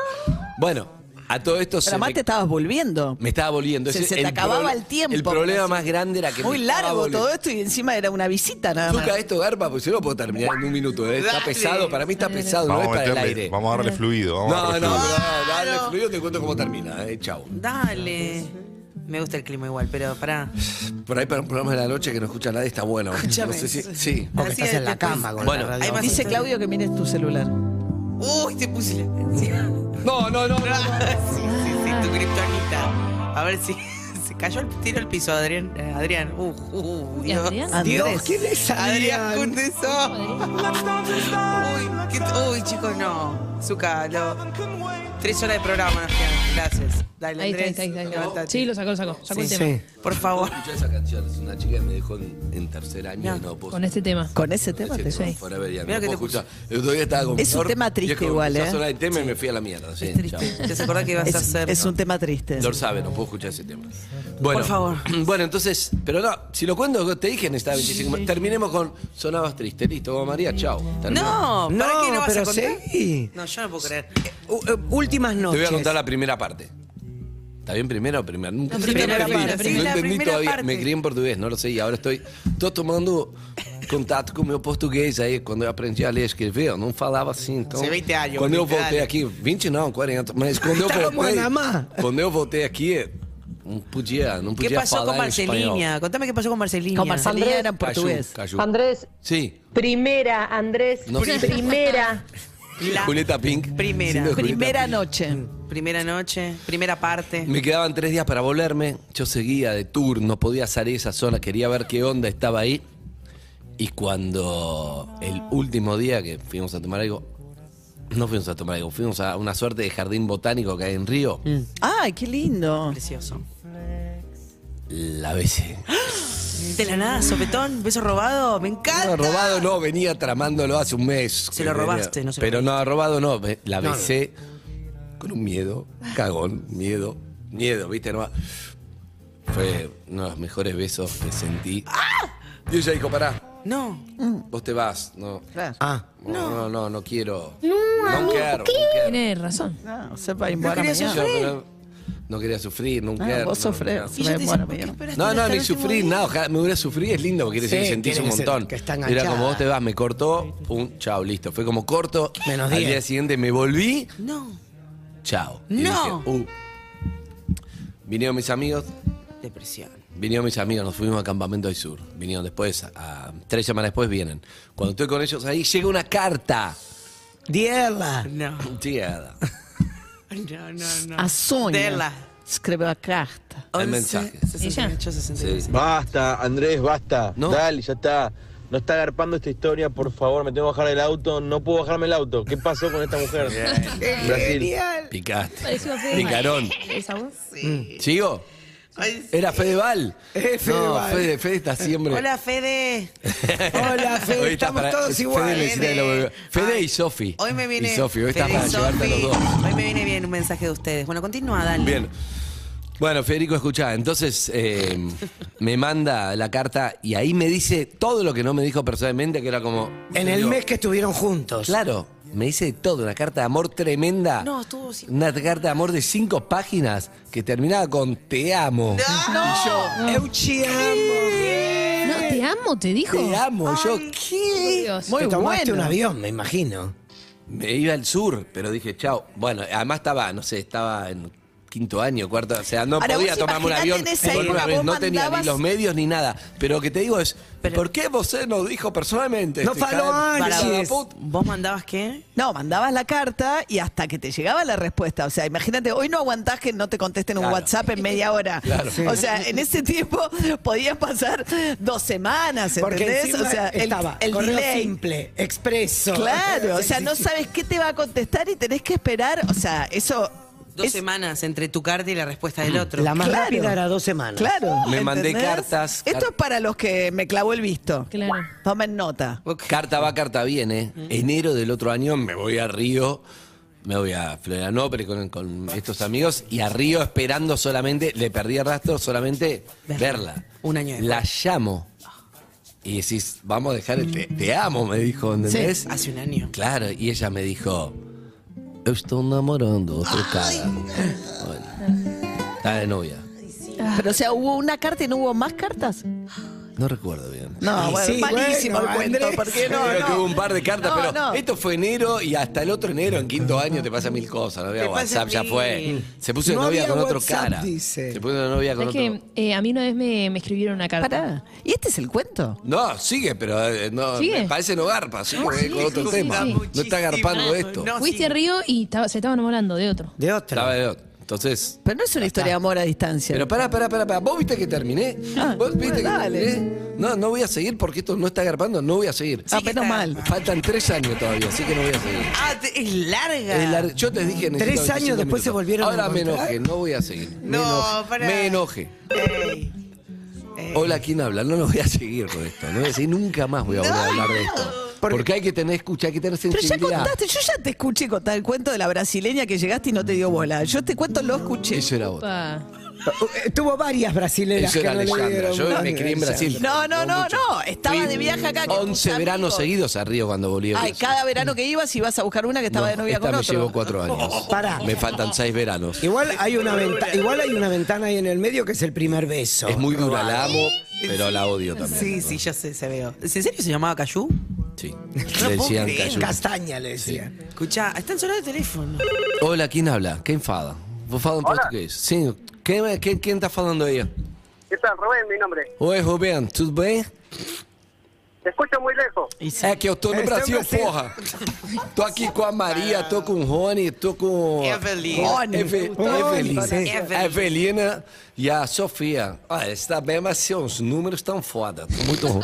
Speaker 7: Bueno, a todo esto
Speaker 11: Pero
Speaker 7: se
Speaker 11: además
Speaker 7: me
Speaker 11: te estabas volviendo.
Speaker 7: Me estaba volviendo.
Speaker 11: Se-
Speaker 7: Ese-
Speaker 11: se te acababa
Speaker 7: proble-
Speaker 11: el tiempo.
Speaker 7: El problema más grande era que.
Speaker 11: Muy
Speaker 7: me estaba
Speaker 11: largo
Speaker 7: volviendo.
Speaker 11: todo esto y encima era una visita nada más.
Speaker 7: Zucca, esto garpa, porque yo no puedo terminar en un minuto. ¿eh? Está
Speaker 8: Dale.
Speaker 7: pesado, para mí está pesado, no es
Speaker 14: Vamos a,
Speaker 7: para el
Speaker 14: meterle-
Speaker 7: aire.
Speaker 14: vamos a darle fluido.
Speaker 7: No,
Speaker 14: Vamos a
Speaker 7: no, no,
Speaker 14: darle fluido.
Speaker 7: dale, fluido, te cuento cómo termina. Eh. Chau.
Speaker 8: Dale. Me gusta el clima igual, pero pará.
Speaker 7: Por ahí para un programa de la noche que no escucha nadie está bueno. No sé si. Sí.
Speaker 9: Porque
Speaker 8: Así
Speaker 9: estás
Speaker 8: es,
Speaker 9: en la
Speaker 8: después-
Speaker 9: cama con
Speaker 7: Bueno,
Speaker 9: la radio.
Speaker 8: hay más-
Speaker 11: Dice Claudio que mires tu celular.
Speaker 8: Uy, te puse la. Sí,
Speaker 7: No, no, no. no.
Speaker 8: sí, sí,
Speaker 10: Ah.
Speaker 8: tu kriptonita. A ver si. Se cayó el tiro al piso, Adrián. Eh, Adrián. Uh, uh, uh,
Speaker 10: ¿Y
Speaker 8: Dios.
Speaker 10: Adrián?
Speaker 9: Dios, ¿quién es
Speaker 8: Adrián
Speaker 9: Adrián?
Speaker 8: Cundeso. Uy, qué t- uy, chicos, no. Zuka, lo- tres horas de programa nos quedan. Gracias. Dale,
Speaker 10: Ahí está, ahí
Speaker 8: Andrés.
Speaker 10: está, ahí está, ahí está.
Speaker 8: levantate.
Speaker 10: Sí, lo sacó, lo sacó. Sacó el
Speaker 9: Sí,
Speaker 10: tema.
Speaker 9: sí.
Speaker 8: Por favor.
Speaker 7: Escuché esa canción, es una chica que me dejó en, en tercer año y no puedo.
Speaker 10: Con este tema.
Speaker 11: Con ese tema te
Speaker 10: Sí.
Speaker 7: Forever Young,
Speaker 8: Mirá
Speaker 7: no
Speaker 8: que
Speaker 7: puedo
Speaker 8: te puse.
Speaker 7: escuchar. El otro día estaba con
Speaker 11: Es un
Speaker 7: Flor,
Speaker 11: tema
Speaker 7: y
Speaker 11: triste
Speaker 7: como
Speaker 11: igual,
Speaker 7: empezó
Speaker 11: ¿eh?
Speaker 7: a sonar el tema y me fui a la mierda. Sí,
Speaker 8: Es triste.
Speaker 7: chao.
Speaker 8: ¿Te se acordás que ibas a
Speaker 11: Es,
Speaker 8: hacer?
Speaker 11: es un tema triste.
Speaker 7: Lord sabe, no puedo escuchar ese tema. Bueno,
Speaker 8: Por favor.
Speaker 7: Bueno, entonces, pero no, si lo cuento, te dije en esta 25. Terminemos con Sonabas Triste, listo, vos, María, chao.
Speaker 8: No, ¿para
Speaker 9: No,
Speaker 8: qué no vas
Speaker 9: pero
Speaker 8: a contar?
Speaker 9: seguí.
Speaker 8: No, yo no puedo creer.
Speaker 9: U- eh, últimas
Speaker 7: Te
Speaker 9: noches.
Speaker 7: voy a contar la primera parte. ¿Está bien primera o primera? Nunca
Speaker 10: primera
Speaker 7: no entendí,
Speaker 10: parte,
Speaker 7: no
Speaker 10: primera-
Speaker 7: entendí
Speaker 8: primera
Speaker 7: todavía.
Speaker 8: parte.
Speaker 7: Me crié en portugués, no lo sé, y ahora estoy todo tomando contato com o meu português aí. Quando eu aprendi a ler e escrever, eu não falava assim. Então,
Speaker 14: Você 20 anos,
Speaker 7: Quando eu
Speaker 14: 20
Speaker 7: voltei
Speaker 14: anos.
Speaker 7: aqui, 20 não, 40. Mas quando eu
Speaker 14: Estamos
Speaker 7: voltei.
Speaker 14: na má.
Speaker 7: Quando eu voltei aqui, não podia, não
Speaker 8: ¿Qué
Speaker 7: podia
Speaker 8: pasó
Speaker 7: falar
Speaker 8: con
Speaker 7: em espanhol.
Speaker 8: Marcelina? Contame qué pasó con Marcelina.
Speaker 7: Con Marcelina
Speaker 8: Andrés-
Speaker 7: era en Cayó, portugués. cayó.
Speaker 15: Andrés,
Speaker 7: Sí.
Speaker 15: primera, Andrés,
Speaker 7: No sé.
Speaker 15: primera.
Speaker 7: Julieta Pink.
Speaker 8: Primera.
Speaker 7: Siendo Julieta Pink.
Speaker 8: noche. Primera noche, primera parte.
Speaker 7: Me quedaban tres días para volverme. Yo seguía de tour, no podía salir de esa zona, quería ver qué onda estaba ahí. Y cuando el último día que fuimos a tomar algo, no fuimos a tomar algo, fuimos a una suerte de jardín botánico que hay en Río,
Speaker 11: Ay, qué lindo.
Speaker 8: Precioso.
Speaker 7: la besé.
Speaker 8: De la nada, sopetón, beso robado, me encanta.
Speaker 7: No, robado no, venía tramándolo hace un mes.
Speaker 8: Se lo
Speaker 7: Venía-
Speaker 8: robaste, no se lo
Speaker 7: Pero no, robado no, me- la
Speaker 8: No, no.
Speaker 7: besé con un miedo, cagón, miedo, miedo, viste, no Fue uno de los mejores besos que sentí.
Speaker 8: ¡Ah!
Speaker 7: Y ella dijo, pará,
Speaker 8: No.
Speaker 7: vos te vas, no.
Speaker 8: Ah.
Speaker 7: No, no, no, no quiero.
Speaker 10: No,
Speaker 7: amigo, quiero, ¿qué?
Speaker 10: Tiene razón.
Speaker 11: No, sepa
Speaker 7: Yo pero no quería sufrir, nunca.
Speaker 11: Ah, vos sofrés, Y yo te bueno, dice, ¿por qué
Speaker 7: No, no,
Speaker 11: esperaste
Speaker 7: ni
Speaker 11: el último
Speaker 7: sufrir, nada, ojalá me hubiera sufrido, es lindo, porque quiere
Speaker 14: Sí,
Speaker 7: decir que sentís un
Speaker 14: tiene que ser
Speaker 7: montón.
Speaker 14: que está
Speaker 7: Era
Speaker 14: enganchada.
Speaker 7: como vos te vas, me cortó, un chao, listo. Fue como corto,
Speaker 14: Menos
Speaker 7: al
Speaker 14: diez.
Speaker 7: día siguiente me volví,
Speaker 8: No.
Speaker 7: chao.
Speaker 8: No.
Speaker 7: uh. Vinieron mis amigos,
Speaker 8: Depresión.
Speaker 7: Vinieron mis amigos, nos fuimos a Campamento del Sur. Vinieron después, a, a- tres semanas después vienen. Cuando estoy con ellos ahí, llega una carta.
Speaker 9: Dierla.
Speaker 8: No.
Speaker 7: Dierla.
Speaker 8: No, no, no.
Speaker 11: A Sônia
Speaker 8: Dela.
Speaker 11: escreveu a carta.
Speaker 8: Hay mensajes. 68, 69.
Speaker 16: Basta, Andrés, basta. Dale, ya está. No está agarpando esta historia, por favor. Me tengo que bajar del auto. No puedo bajarme el auto. ¿Qué pasó con esta mujer? Brasil.
Speaker 7: Picaste.
Speaker 10: Pareció Fede.
Speaker 7: Picarón.
Speaker 10: ¿Esa voz?
Speaker 7: ¿Sigo? Era Fedeval. No, Fede, Fede está siempre.
Speaker 8: Hola, Fede.
Speaker 9: Hola, Fede,
Speaker 7: Hoy está
Speaker 9: estamos todos
Speaker 7: Fede
Speaker 9: iguales.
Speaker 7: necesita lo- Fede, y Sofi.
Speaker 8: Hoy me viene.
Speaker 7: Y Sofi, hoy está
Speaker 8: Fede y
Speaker 7: para llevarte a los
Speaker 8: Sofi.
Speaker 7: dos.
Speaker 8: Hoy me viene bien un mensaje de ustedes. Bueno, continúa, Dani.
Speaker 7: Bien. Bueno, Federico, escuchá, entonces eh, me manda la carta y ahí me dice todo lo que no me dijo personalmente, que era como...
Speaker 9: En el
Speaker 7: digo,
Speaker 9: mes que estuvieron juntos.
Speaker 7: Claro, me dice de todo, una carta de amor tremenda.
Speaker 9: No, estuvo cinco.
Speaker 7: Una carta de amor de cinco páginas que terminaba con te amo.
Speaker 9: Y yo, Euchi, amo.
Speaker 10: No, te amo, te dijo.
Speaker 7: Te amo, yo.
Speaker 10: ¿Qué?
Speaker 9: Te tomaste un avión, me imagino.
Speaker 7: Me iba al sur, pero dije, chao. Bueno, además estaba, no sé, estaba en quinto año, cuarto, o sea, no
Speaker 11: Ahora,
Speaker 7: podía
Speaker 11: vos
Speaker 7: tomarme un
Speaker 11: imaginate
Speaker 7: avión.
Speaker 11: en esa
Speaker 7: volver
Speaker 11: época
Speaker 7: una vez.
Speaker 11: vos
Speaker 7: No tenía ni
Speaker 11: mandabas-
Speaker 7: los medios ni nada. Pero lo que te digo es, ¿por qué vos eh, no dijo personalmente?
Speaker 11: No
Speaker 7: Este
Speaker 11: faló
Speaker 7: cara de-
Speaker 11: antes.
Speaker 7: cara de puta.
Speaker 8: ¿Vos mandabas qué?
Speaker 11: No, mandabas la carta y hasta que te llegaba la respuesta. O sea, imagínate, hoy no aguantás que no te contesten un
Speaker 7: Claro.
Speaker 11: WhatsApp en media hora.
Speaker 7: Claro. Sí.
Speaker 11: O sea, en ese tiempo podían pasar dos semanas,
Speaker 9: Porque
Speaker 11: ¿entendés?
Speaker 9: encima
Speaker 11: O sea, el,
Speaker 9: estaba
Speaker 11: el
Speaker 9: correo
Speaker 11: delay.
Speaker 9: simple, expreso.
Speaker 11: Claro, o sea, no sabes qué te va a contestar y tenés que esperar. O sea, eso.
Speaker 8: Dos semanas entre tu carta y la respuesta
Speaker 7: Mm,
Speaker 8: del otro.
Speaker 9: La más rápida era dos semanas.
Speaker 11: Claro.
Speaker 7: Me mandé
Speaker 11: ¿entendés?
Speaker 7: cartas,
Speaker 11: Esto
Speaker 7: car-
Speaker 11: es para los que me clavó el visto.
Speaker 10: Claro.
Speaker 11: Tomen nota.
Speaker 7: Carta va, carta viene.
Speaker 11: Mm.
Speaker 7: Enero del otro año me voy a Río. Me voy a Florianópolis con, con estos amigos y a Río esperando solamente, le perdí el rastro, solamente verla.
Speaker 8: Un año después.
Speaker 7: La llamo. Y decís, vamos a dejar el te, te amo, me dijo, ¿entendés?
Speaker 8: Sí, hace un año.
Speaker 7: Claro, y ella me dijo, yo estoy enamorando de tu cara. Bueno, está de novia.
Speaker 11: Pero, o sea, hubo una carta y no hubo más cartas.
Speaker 7: No recuerdo bien.
Speaker 11: No,
Speaker 9: Y
Speaker 11: bueno,
Speaker 9: sí,
Speaker 11: malísimo
Speaker 9: bueno,
Speaker 11: el cuento,
Speaker 9: Andrés.
Speaker 11: porque no,
Speaker 7: Creo que
Speaker 11: no.
Speaker 7: hubo un par de cartas,
Speaker 11: No,
Speaker 7: pero
Speaker 11: no.
Speaker 7: esto fue enero y hasta el otro enero, en quinto año, te pasa mil cosas. No había
Speaker 8: Te pasa
Speaker 7: WhatsApp, ya
Speaker 8: mil.
Speaker 7: fue. Se puso de
Speaker 9: No
Speaker 7: novia
Speaker 9: había
Speaker 7: con otro
Speaker 9: WhatsApp,
Speaker 7: cara.
Speaker 9: dice.
Speaker 7: Se puso de novia
Speaker 10: Es
Speaker 7: con otro.
Speaker 10: que eh, a mí una vez me, me escribieron una carta.
Speaker 11: Pará. ¿Y este es el cuento?
Speaker 7: No, sigue, pero eh, no,
Speaker 10: ¿Sigue?
Speaker 7: me parece no garpa, sigue
Speaker 10: No,
Speaker 7: eh,
Speaker 10: sigue,
Speaker 7: con otro
Speaker 10: sí, sí,
Speaker 7: tema.
Speaker 10: sí.
Speaker 7: No está garpando esto.
Speaker 10: Fuiste a Río y estaba- se estaba enamorando de otro.
Speaker 9: De otra.
Speaker 7: Estaba de otro. Entonces.
Speaker 11: Pero no es una historia de amor a distancia.
Speaker 7: Pero pará, pará, pará, pará. ¿Vos viste que terminé?
Speaker 11: Ah,
Speaker 7: ¿Vos viste
Speaker 11: bueno, dale.
Speaker 7: que terminé? No, no voy a seguir porque esto no está garpando, no voy a seguir.
Speaker 11: Ah, menos mal.
Speaker 7: Faltan tres años todavía, así que no voy a seguir.
Speaker 8: Ah, te- es larga.
Speaker 7: Es lar- Yo te dije necesito
Speaker 9: Tres
Speaker 7: 25
Speaker 9: años después se volvieron a
Speaker 7: Ahora me
Speaker 9: encontrar.
Speaker 7: enojé, no voy a seguir. Me
Speaker 8: No,
Speaker 7: enojé.
Speaker 8: pará.
Speaker 7: Me enojé.
Speaker 8: Ey.
Speaker 7: Hola, ¿quién habla? No lo voy a seguir con esto. No voy a seguir, nunca más voy a volver a hablar de esto. Porque hay que tener escucha, hay que tener
Speaker 11: Pero ya
Speaker 7: sensibilidad.
Speaker 11: contaste, yo ya te escuché contar el cuento de la brasileña que llegaste y no te dio bola. Yo este cuento lo escuché.
Speaker 7: Eso era otro.
Speaker 10: Pa.
Speaker 9: Eh, Tuvo varias brasileras
Speaker 7: Eso
Speaker 9: que
Speaker 7: era
Speaker 9: no le
Speaker 7: Alejandra.
Speaker 9: dieron
Speaker 7: Yo me
Speaker 9: bola.
Speaker 7: crié en Brasil.
Speaker 10: No, no, no, no. Estaba
Speaker 7: Fui
Speaker 10: de viaje acá. con
Speaker 7: 11
Speaker 10: tus
Speaker 7: veranos
Speaker 10: amigos.
Speaker 7: seguidos a Río cuando volví. a
Speaker 10: Ay,
Speaker 7: Brasil.
Speaker 10: cada verano que ibas ibas a buscar una que estaba
Speaker 7: No,
Speaker 10: de novia
Speaker 7: esta
Speaker 10: con
Speaker 7: me
Speaker 10: otro.
Speaker 7: llevó cuatro años.
Speaker 9: Pará.
Speaker 7: Me faltan seis veranos.
Speaker 9: Igual hay, una venta- igual hay una ventana ahí en el medio que es el primer beso.
Speaker 7: Es muy dura, la amo, pero la odio también.
Speaker 17: Sí, sí, ya sé, se veo. ¿En serio se llamaba Cayú?
Speaker 7: Sí.
Speaker 17: No
Speaker 7: Le
Speaker 17: puedo
Speaker 7: decían
Speaker 17: creer.
Speaker 7: Cayú.
Speaker 9: Castaña le decían.
Speaker 17: Escuchá, están sonando el teléfono.
Speaker 7: Hola, ¿quién habla? ¿Quién fala? Vou falar em português. Sim, quem, é- quem, quem tá falando aí?
Speaker 8: ¿Qué tal, Rubén? Mi nombre.
Speaker 7: Oi, Rubén, tudo bem?
Speaker 8: Te escucho muy lejos.
Speaker 7: É que eu tô no
Speaker 8: Esse é o
Speaker 7: Brasil,
Speaker 8: Brasil.
Speaker 7: porra. Tô aqui com a Maria, tô com o Rony, tô com...
Speaker 8: Evelyn.
Speaker 7: Rony. Eve-
Speaker 8: Rony,
Speaker 7: Evelyn.
Speaker 8: sim.
Speaker 7: Evelyn. Evelina e a Sofia. Olha, está bem, mas seus números estão foda. Tô muito ruim.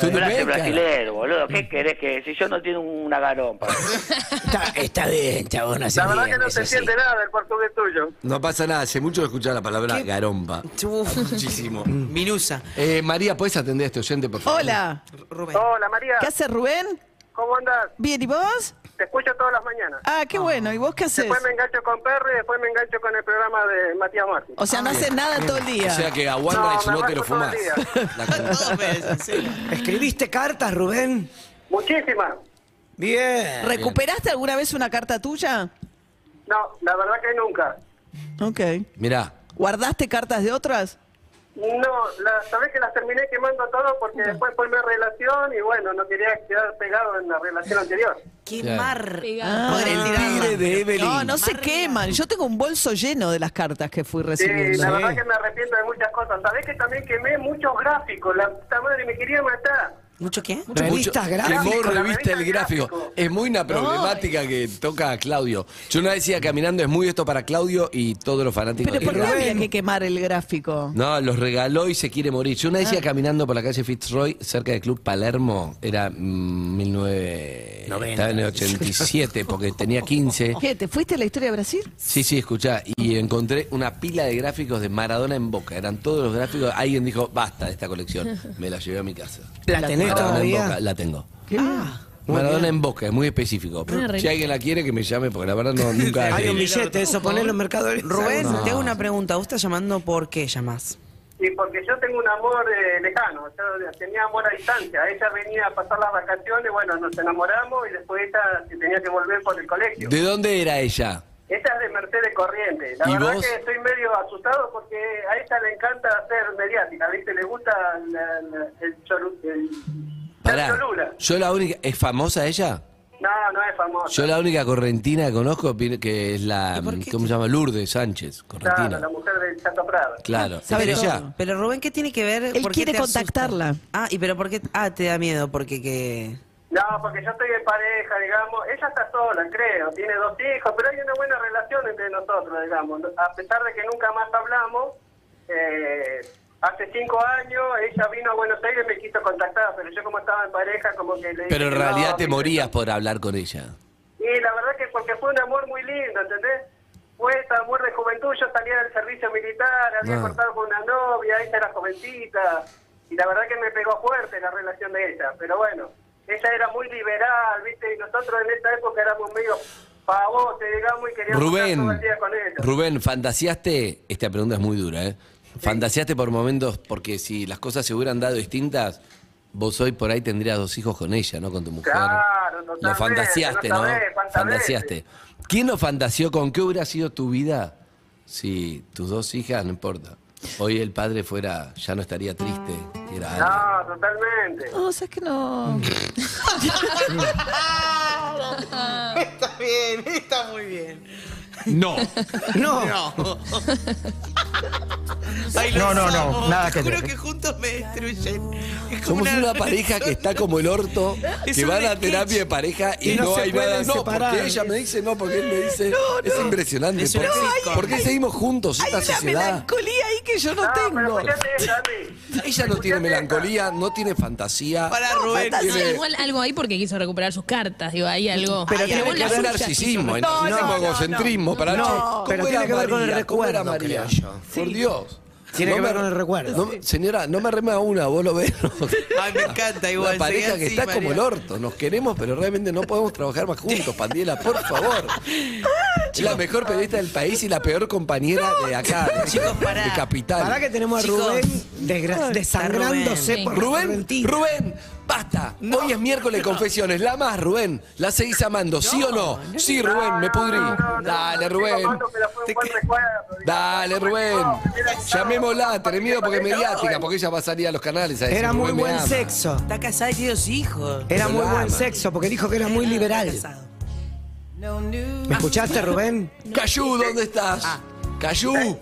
Speaker 7: Tudo bem,
Speaker 16: Brasil
Speaker 7: cara?
Speaker 16: brasileiro, boludo. ¿Qué querés que si yo no tengo una garompa?
Speaker 9: Está, Ah, está bien, chabón, hace
Speaker 8: La verdad
Speaker 7: bien,
Speaker 8: que no
Speaker 7: eso
Speaker 8: se
Speaker 7: sí.
Speaker 8: entiende nada el portugués tuyo.
Speaker 7: No pasa nada, hace mucho que escuchar la palabra garomba. Muchísimo.
Speaker 17: Minusa.
Speaker 7: Eh, María, ¿puedes atender a este oyente, por favor?
Speaker 10: Hola.
Speaker 8: Hola, María.
Speaker 10: ¿Qué haces, Rubén?
Speaker 8: ¿Cómo andas?
Speaker 10: Bien, ¿y vos?
Speaker 8: Te escucho todas las mañanas.
Speaker 10: Ah, qué bueno. ¿Y vos qué haces?
Speaker 8: Después me engancho con Perry y después me engancho con el programa de Matías Martín.
Speaker 10: O sea, no haces nada en todo el día.
Speaker 7: O sea que a One Rice
Speaker 8: me
Speaker 7: no te lo
Speaker 8: rajo todo
Speaker 7: fumas.
Speaker 8: el día.
Speaker 9: ¿Escribiste cartas, Rubén?
Speaker 8: Muchísimas.
Speaker 9: Bien.
Speaker 10: ¿Recuperaste alguna vez una carta tuya?
Speaker 8: No, la verdad que nunca.
Speaker 10: Ok.
Speaker 7: Mirá,
Speaker 10: ¿Guardaste cartas de otras?
Speaker 8: No, la, sabés que las terminé quemando todo porque después fue mi relación y bueno, no quería quedar pegado en la relación anterior.
Speaker 17: Quemar.
Speaker 7: tigre de Evelyn.
Speaker 10: No, no Ah, se queman. Yo tengo un bolso lleno de las cartas que fui
Speaker 8: Sí,
Speaker 10: recibiendo.
Speaker 3: ¿eh?
Speaker 8: la verdad que me arrepiento de muchas cosas. Sabés que también quemé muchos gráficos, la puta madre me quería matar.
Speaker 17: ¿Mucho qué?
Speaker 7: Mucho- Quemó revista el gráfico. Es muy una problemática que toca a Claudio. Yo una vez decía caminando, es muy esto para Claudio y todos los fanáticos
Speaker 10: Pero
Speaker 7: del
Speaker 10: ¿por qué
Speaker 7: gráfico.
Speaker 10: había que quemar el gráfico?
Speaker 7: No, los regaló y se quiere morir. Yo una vez
Speaker 10: Ah.
Speaker 7: decía caminando por la calle Fitzroy, cerca del Club Palermo, era mm, 19... Estaba en el 87, porque tenía 15.
Speaker 10: ¿Qué? ¿Te fuiste a la historia de Brasil?
Speaker 7: Sí, sí, escuchá. Y encontré una pila de gráficos de Maradona en Boca. Eran todos los gráficos. Alguien dijo, basta de esta colección. Me la llevé a mi casa.
Speaker 9: ¿La tenés
Speaker 7: Maradona en
Speaker 9: todavía?
Speaker 7: Boca, La tengo.
Speaker 10: Ah,
Speaker 7: Maradona en Boca, es muy específico.
Speaker 17: Una
Speaker 7: Si
Speaker 17: reliquia.
Speaker 7: alguien la quiere, que me llame, porque la verdad no, nunca...
Speaker 9: Hay un billete, eso, ponelo en los mercados. Libres.
Speaker 17: Rubén,
Speaker 7: No.
Speaker 17: te hago una pregunta. ¿Vos estás llamando por qué llamas?
Speaker 8: Y porque yo tengo un amor eh, lejano, yo tenía amor a distancia. Ella venía a pasar las vacaciones, bueno, nos enamoramos y después ella se tenía que volver por el colegio.
Speaker 7: ¿De dónde era ella?
Speaker 8: Ella es de Mercedes Corriente. La
Speaker 7: ¿Y
Speaker 8: verdad
Speaker 7: vos?
Speaker 8: que estoy medio asustado porque a ella le encanta ser mediática, ¿viste? Le gusta la- la- el, cholu- el-
Speaker 7: Pará.
Speaker 8: Cholula.
Speaker 7: Yo la única... ¿Es famosa ella?
Speaker 8: No, no es famosa.
Speaker 7: Yo la única correntina que conozco pi- que es la... ¿Cómo se llama? Lourdes Sánchez,
Speaker 8: Claro,
Speaker 7: correntina.
Speaker 8: la mujer de Chato Prado.
Speaker 7: Claro. ¿Es ella?
Speaker 17: Pero Rubén, ¿qué tiene que ver?
Speaker 10: Él
Speaker 17: ¿Por qué
Speaker 10: quiere
Speaker 17: te asusta?
Speaker 10: contactarla.
Speaker 17: Ah, ¿y pero por qué? Ah, te da miedo porque que...
Speaker 8: No, porque yo estoy en pareja, digamos. Ella está sola, creo. Tiene dos hijos, pero hay una buena relación entre nosotros, digamos. A pesar de que nunca más hablamos, eh, hace cinco años ella vino a Buenos Aires y me quiso contactar, pero yo como estaba en pareja, como que le dije
Speaker 7: Pero en
Speaker 8: que
Speaker 7: realidad
Speaker 8: no,
Speaker 7: te
Speaker 8: que-
Speaker 7: morías por hablar con ella.
Speaker 8: Y la verdad que porque fue un amor muy lindo, ¿entendés? Fue este amor de juventud, yo salía del servicio militar, había
Speaker 7: Ah.
Speaker 8: cortado con una novia, ella era jovencita, y la verdad que me pegó fuerte la relación de ella, pero bueno, ella era muy liberal, ¿viste? Y nosotros en esa época éramos medio pavotes, digamos, y queríamos estar todo el
Speaker 7: Rubén,
Speaker 8: día con ella.
Speaker 7: Rubén, fantaseaste, esta pregunta es muy dura, ¿eh? Fantaseaste por momentos, porque si las cosas se hubieran dado distintas, vos hoy por ahí tendrías dos hijos con ella, ¿no? Con tu mujer.
Speaker 8: Claro,
Speaker 7: lo
Speaker 8: totalmente,
Speaker 7: fantaseaste,
Speaker 8: no
Speaker 7: ¿no?
Speaker 8: sabés cuántas
Speaker 7: Fantaseaste. ¿Quién lo fantaseó? ¿Con qué hubiera sido tu vida? Si tus dos hijas, no importa. Hoy el padre fuera, ya no estaría triste. Era alguien.
Speaker 8: No, totalmente.
Speaker 10: No, sabes que no.
Speaker 17: está bien, está muy bien.
Speaker 18: No.
Speaker 9: No.
Speaker 17: Ay,
Speaker 18: No,
Speaker 17: los
Speaker 18: no, no,
Speaker 17: amo.
Speaker 18: nada
Speaker 17: Te
Speaker 18: que
Speaker 17: juro
Speaker 18: ver.
Speaker 17: que juntos me destruyen. Es como
Speaker 7: Somos una pareja que está como el orto,
Speaker 17: Es
Speaker 7: que
Speaker 17: un
Speaker 7: van a
Speaker 17: sketch.
Speaker 7: terapia de pareja y,
Speaker 17: Y
Speaker 7: no,
Speaker 17: no se
Speaker 7: hay nada.
Speaker 17: pueden
Speaker 7: No,
Speaker 17: separar.
Speaker 7: porque ella me dice no, porque él me dice. Es impresionante.
Speaker 17: Es
Speaker 7: ¿Por,
Speaker 17: un
Speaker 7: qué-
Speaker 17: sitcom.
Speaker 7: por qué seguimos juntos
Speaker 10: Hay
Speaker 7: esta
Speaker 10: una
Speaker 7: sociedad?
Speaker 10: melancolía ahí que yo no, tengo.
Speaker 7: Ella no tiene melancolía, no tiene fantasía.
Speaker 10: Pará,
Speaker 7: no
Speaker 10: Rubén.
Speaker 19: No,
Speaker 7: tiene-
Speaker 19: igual algo ahí porque quiso recuperar sus cartas, digo, ahí algo.
Speaker 7: Pero
Speaker 19: Ahí
Speaker 7: tiene
Speaker 19: algo
Speaker 7: que
Speaker 19: la
Speaker 7: ver
Speaker 19: suya
Speaker 7: narcisismo,
Speaker 19: quiso-
Speaker 7: hay narcisismo, egocentrismo. para
Speaker 9: no,
Speaker 7: che,
Speaker 9: no,
Speaker 7: ¿cómo
Speaker 9: pero
Speaker 7: era
Speaker 9: tiene que ver con el
Speaker 7: María? ¿Cómo era
Speaker 9: recuerdo,
Speaker 7: María?
Speaker 9: creo yo.
Speaker 7: Por Dios.
Speaker 9: Tiene que ver con el recuerdo.
Speaker 7: no- señora, no me rema una, vos lo ves.
Speaker 17: Ay, me encanta igual.
Speaker 7: Una pareja
Speaker 17: seguí
Speaker 7: que
Speaker 17: así,
Speaker 7: está como el
Speaker 17: María.
Speaker 7: orto. Nos queremos, pero realmente no podemos trabajar más juntos. Pandiela, por favor. la mejor periodista del país y la peor compañera de acá. de-
Speaker 9: Chicos, pará.
Speaker 7: De capital.
Speaker 9: Pará que tenemos a
Speaker 7: Chicos,
Speaker 9: Rubén desgra-
Speaker 7: está
Speaker 9: desangrándose por la
Speaker 7: Rubén,
Speaker 9: Argentina.
Speaker 7: Rubén, basta. Hoy es miércoles confesiones. La más, Rubén. La seguís amando, ¿sí o no? Sí, Rubén, me pudrí. Dale, Rubén. Dale, Rubén. Llamémosla, tenés miedo porque es mediática, porque ella va a salir a los canales a decir,
Speaker 9: Era muy
Speaker 7: "Rubén me
Speaker 9: buen
Speaker 7: ama".
Speaker 9: sexo.
Speaker 8: Está casada y tiene dos hijos.
Speaker 9: Era
Speaker 7: No
Speaker 9: muy
Speaker 7: la
Speaker 9: buen
Speaker 7: ama.
Speaker 9: sexo porque dijo que era muy liberal. ¿Me escuchaste, Rubén?
Speaker 7: Cayú, ¿dónde estás?
Speaker 9: Ah.
Speaker 7: Cayú.
Speaker 9: Eh.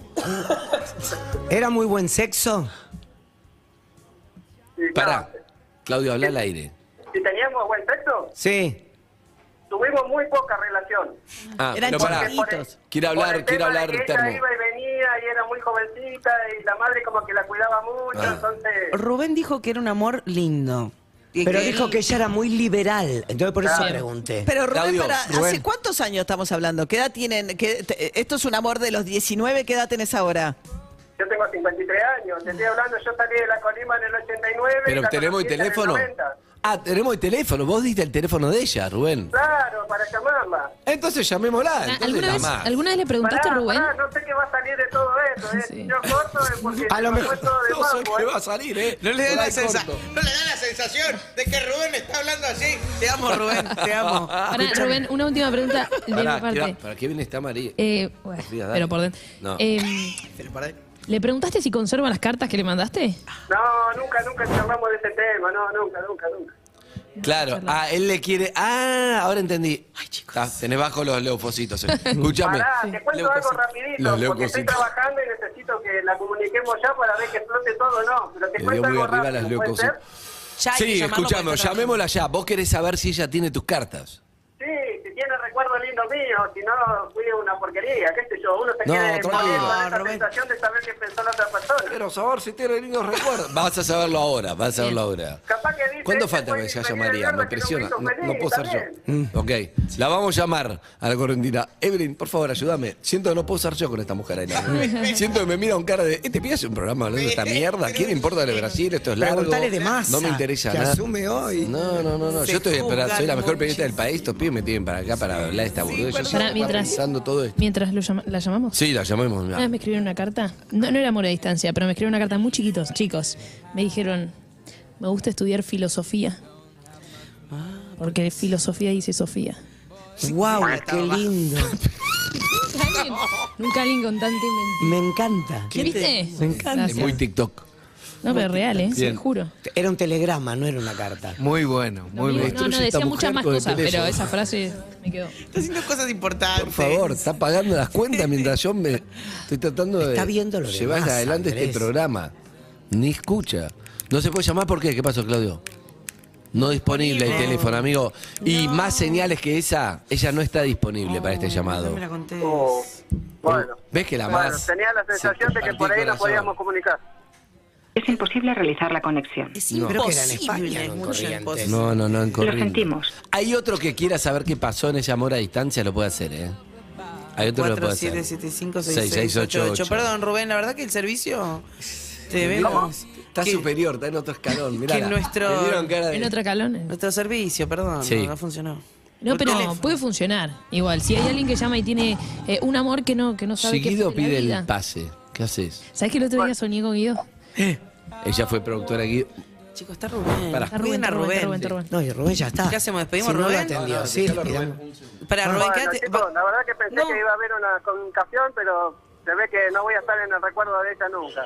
Speaker 9: ¿Era muy buen sexo?
Speaker 7: Pará. Claudio, habla al aire.
Speaker 14: Si teníamos buen sexo,
Speaker 9: Sí.
Speaker 14: tuvimos muy poca relación.
Speaker 7: Ah,
Speaker 14: Eran
Speaker 7: pero pará.
Speaker 14: chiquitos.
Speaker 7: Quiere
Speaker 14: Por el
Speaker 7: hablar,
Speaker 14: tema
Speaker 7: quiere
Speaker 14: de
Speaker 7: hablar
Speaker 14: que
Speaker 7: termo.
Speaker 14: Ella iba y venía y era muy jovencita y la madre como que la cuidaba mucho,
Speaker 7: Ah.
Speaker 14: entonces...
Speaker 8: Rubén dijo que era un amor lindo.
Speaker 9: Pero dijo que ella era muy liberal. Entonces por eso
Speaker 11: Claro.
Speaker 9: pregunté.
Speaker 11: Pero Rubén,
Speaker 9: Claudio,
Speaker 11: para-
Speaker 9: Rubén.
Speaker 11: ¿hace cuántos años estamos hablando? ¿Qué edad tienen? ¿Qué- te- esto es un amor de los 19, ¿qué edad tenés ahora?
Speaker 14: Yo tengo 53 años, te estoy hablando, yo salí de la Colima en el 89. y
Speaker 7: Pero
Speaker 14: la
Speaker 7: tenemos el
Speaker 14: conocí en el
Speaker 7: teléfono.
Speaker 14: 90.
Speaker 7: Ah, tenemos el teléfono. Vos diste el teléfono de ella, Rubén.
Speaker 14: Claro, para llamarla.
Speaker 7: Entonces llamémosla. Entonces
Speaker 10: Ah, ¿Alguna
Speaker 7: la
Speaker 10: vez,
Speaker 7: amás.
Speaker 10: ¿Alguna vez le preguntaste a
Speaker 14: Pará,
Speaker 10: Rubén?
Speaker 14: pará, no sé qué va a salir de todo esto. ¿eh? Yo corto eh, porque
Speaker 7: A lo
Speaker 14: me
Speaker 7: mejor-
Speaker 14: fue todo de
Speaker 7: no sé
Speaker 14: mambo,
Speaker 7: qué
Speaker 14: ¿eh?
Speaker 7: va a salir, ¿eh?
Speaker 20: No le da
Speaker 7: Por
Speaker 20: la
Speaker 7: ahí
Speaker 20: sensa-
Speaker 7: corto.
Speaker 20: no le da la sensación de que Rubén está hablando así.
Speaker 8: Te amo, Rubén, te amo.
Speaker 10: Pará,
Speaker 7: Escuchame.
Speaker 10: Rubén, una última pregunta de mi
Speaker 7: Pará,
Speaker 10: parte.
Speaker 7: tirá, ¿Para qué bien está María?
Speaker 10: Eh, bueno,
Speaker 7: Diga, dale.
Speaker 10: pero por dentro.
Speaker 7: No.
Speaker 10: Eh, ¿Le preguntaste si conserva las cartas que le mandaste?
Speaker 14: No, nunca, nunca charlamos de ese tema. No, nunca, nunca, nunca.
Speaker 7: Claro, ah, él le quiere. Ah, ahora entendí. Ay, chicos. tenés bajo los leucocitos. eh. Escúchame.
Speaker 14: Pará, te cuento algo rapidito,
Speaker 7: Los
Speaker 14: porque estoy
Speaker 7: leucocitos.
Speaker 14: trabajando y necesito que la comuniquemos ya para ver que explote todo o no. Pero te
Speaker 7: Le dio
Speaker 14: cuento
Speaker 7: muy
Speaker 14: algo
Speaker 7: arriba
Speaker 14: rápido,
Speaker 7: las
Speaker 14: ¿puede
Speaker 7: leucocitos.
Speaker 14: ser?
Speaker 7: Sí, escuchame, llamémosla ya. Vos querés saber si ella tiene tus cartas.
Speaker 14: Sí, si tiene recuerdos lindos míos, si no, fui una porquería, qué sé yo. Uno se
Speaker 7: No,
Speaker 14: quiere
Speaker 7: tranquilo.
Speaker 14: morir
Speaker 7: No,
Speaker 14: con esa sensación de saber qué pensó la otra persona.
Speaker 7: Pero saber si tiene lindos recuerdos. Vas a saberlo ahora, vas a saberlo ahora.
Speaker 14: Capaz que dice... "Este
Speaker 7: ¿Cuándo falta que se haya María? Me presiona. No, no puedo ser yo. Mm, Ok, la vamos a llamar a la correntina. Evelyn, por favor, ayúdame. Siento que no puedo ser yo con esta mujer ahí. la- Siento que me mira con cara de. Este pibe hace un programa hablando de esta mierda. ¿Quién le importa de Brasil? Esto es largo.
Speaker 9: Preguntale de masa,
Speaker 7: No me interesa
Speaker 9: que
Speaker 7: nada.
Speaker 9: asume hoy.
Speaker 7: No, no, no. no.
Speaker 9: Se
Speaker 7: Yo estoy esperando. Soy la
Speaker 9: juzgan
Speaker 7: mejor periodista del país. Estos pibes me tienen para acá para hablar de esta burbuja. Yo
Speaker 10: Pará,
Speaker 7: estoy
Speaker 10: mientras-
Speaker 7: pensando todo esto.
Speaker 10: Mientras lo llama- la llamamos.
Speaker 7: Sí, la llamemos. mirá.
Speaker 10: Una vez me escribieron una carta, no, no era amor a distancia, pero me escribieron una carta muy chiquitos, chicos. Me dijeron, me gusta estudiar filosofía. Porque filosofía dice Sofía.
Speaker 9: ¡Wow! ¡Qué lindo!
Speaker 10: Alguien, Nunca alguien con tanta inventividad.
Speaker 9: Me encanta.
Speaker 10: ¿Viste?
Speaker 9: Me encanta.
Speaker 7: Es muy TikTok.
Speaker 10: No, pero real, ¿eh? Te
Speaker 7: Bien.
Speaker 10: juro.
Speaker 9: Era un telegrama, no era una carta.
Speaker 20: Muy bueno, muy
Speaker 10: No,
Speaker 20: bueno.
Speaker 10: no, no, decía muchas más cosas, pero esa frase me quedó.
Speaker 20: Está haciendo cosas importantes.
Speaker 7: Por favor, está pagando las cuentas mientras yo me estoy tratando de
Speaker 9: Está viendo lo
Speaker 7: llevar
Speaker 9: demás,
Speaker 7: adelante
Speaker 9: Andrés.
Speaker 7: este programa. Ni escucha. No se puede llamar ¿por qué? ¿Qué pasó, Claudio? No disponible el teléfono, amigo. Y más señales que esa, ella no está disponible para este llamado.
Speaker 8: Me la conté.
Speaker 14: Oh, Bueno,
Speaker 7: ¿Ves que la
Speaker 14: bueno,
Speaker 7: más?
Speaker 14: tenía la sensación de que por ahí
Speaker 7: corazón.
Speaker 14: nos podíamos comunicar.
Speaker 21: Es imposible realizar la conexión. Es
Speaker 7: No.
Speaker 9: Creo que era en España, no en Corrientes.
Speaker 7: No, no, no, en Corrientes.
Speaker 21: sentimos.
Speaker 7: Hay otro que quiera saber qué pasó en ese amor a distancia, lo puede hacer, ¿eh? Hay otro que lo puede hacer.
Speaker 8: 47756688. Perdón, Rubén, la verdad que el servicio te
Speaker 7: ¿Cómo?
Speaker 8: vemos.
Speaker 7: Está
Speaker 8: que-
Speaker 7: superior, está en otro escalón. Mirá,
Speaker 8: que nuestro-
Speaker 10: En otro calón.
Speaker 8: Nuestro servicio, perdón,
Speaker 7: Sí.
Speaker 8: no, no funcionó.
Speaker 10: No,
Speaker 8: Por
Speaker 10: pero
Speaker 8: teléfono.
Speaker 10: puede funcionar. Igual, si hay alguien que llama y tiene eh, un amor que no, que no sabe qué
Speaker 7: Seguido
Speaker 10: fue de la
Speaker 7: pide
Speaker 10: vida.
Speaker 7: el pase. ¿Qué haces? ¿Eh?
Speaker 10: ¿Sabes que el otro día soñé con Guido?
Speaker 7: Ella fue productora aquí.
Speaker 8: Chicos, está Rubén.
Speaker 7: Pará.
Speaker 8: Está Rubén, a Rubén.
Speaker 10: Rubén, Rubén, Rubén.
Speaker 9: No, y Rubén ya está.
Speaker 8: ¿Qué hacemos? ¿Despedimos
Speaker 9: Si
Speaker 8: a Rubén?
Speaker 9: No lo atendió.
Speaker 8: No, no,
Speaker 9: sí,
Speaker 8: dejalo a
Speaker 9: pidamos-
Speaker 8: Para Rubén,
Speaker 14: Bueno,
Speaker 8: quédate-
Speaker 14: chicos, la verdad que pensé que iba a haber una comunicación, pero se ve que no voy a estar en el recuerdo de ella nunca.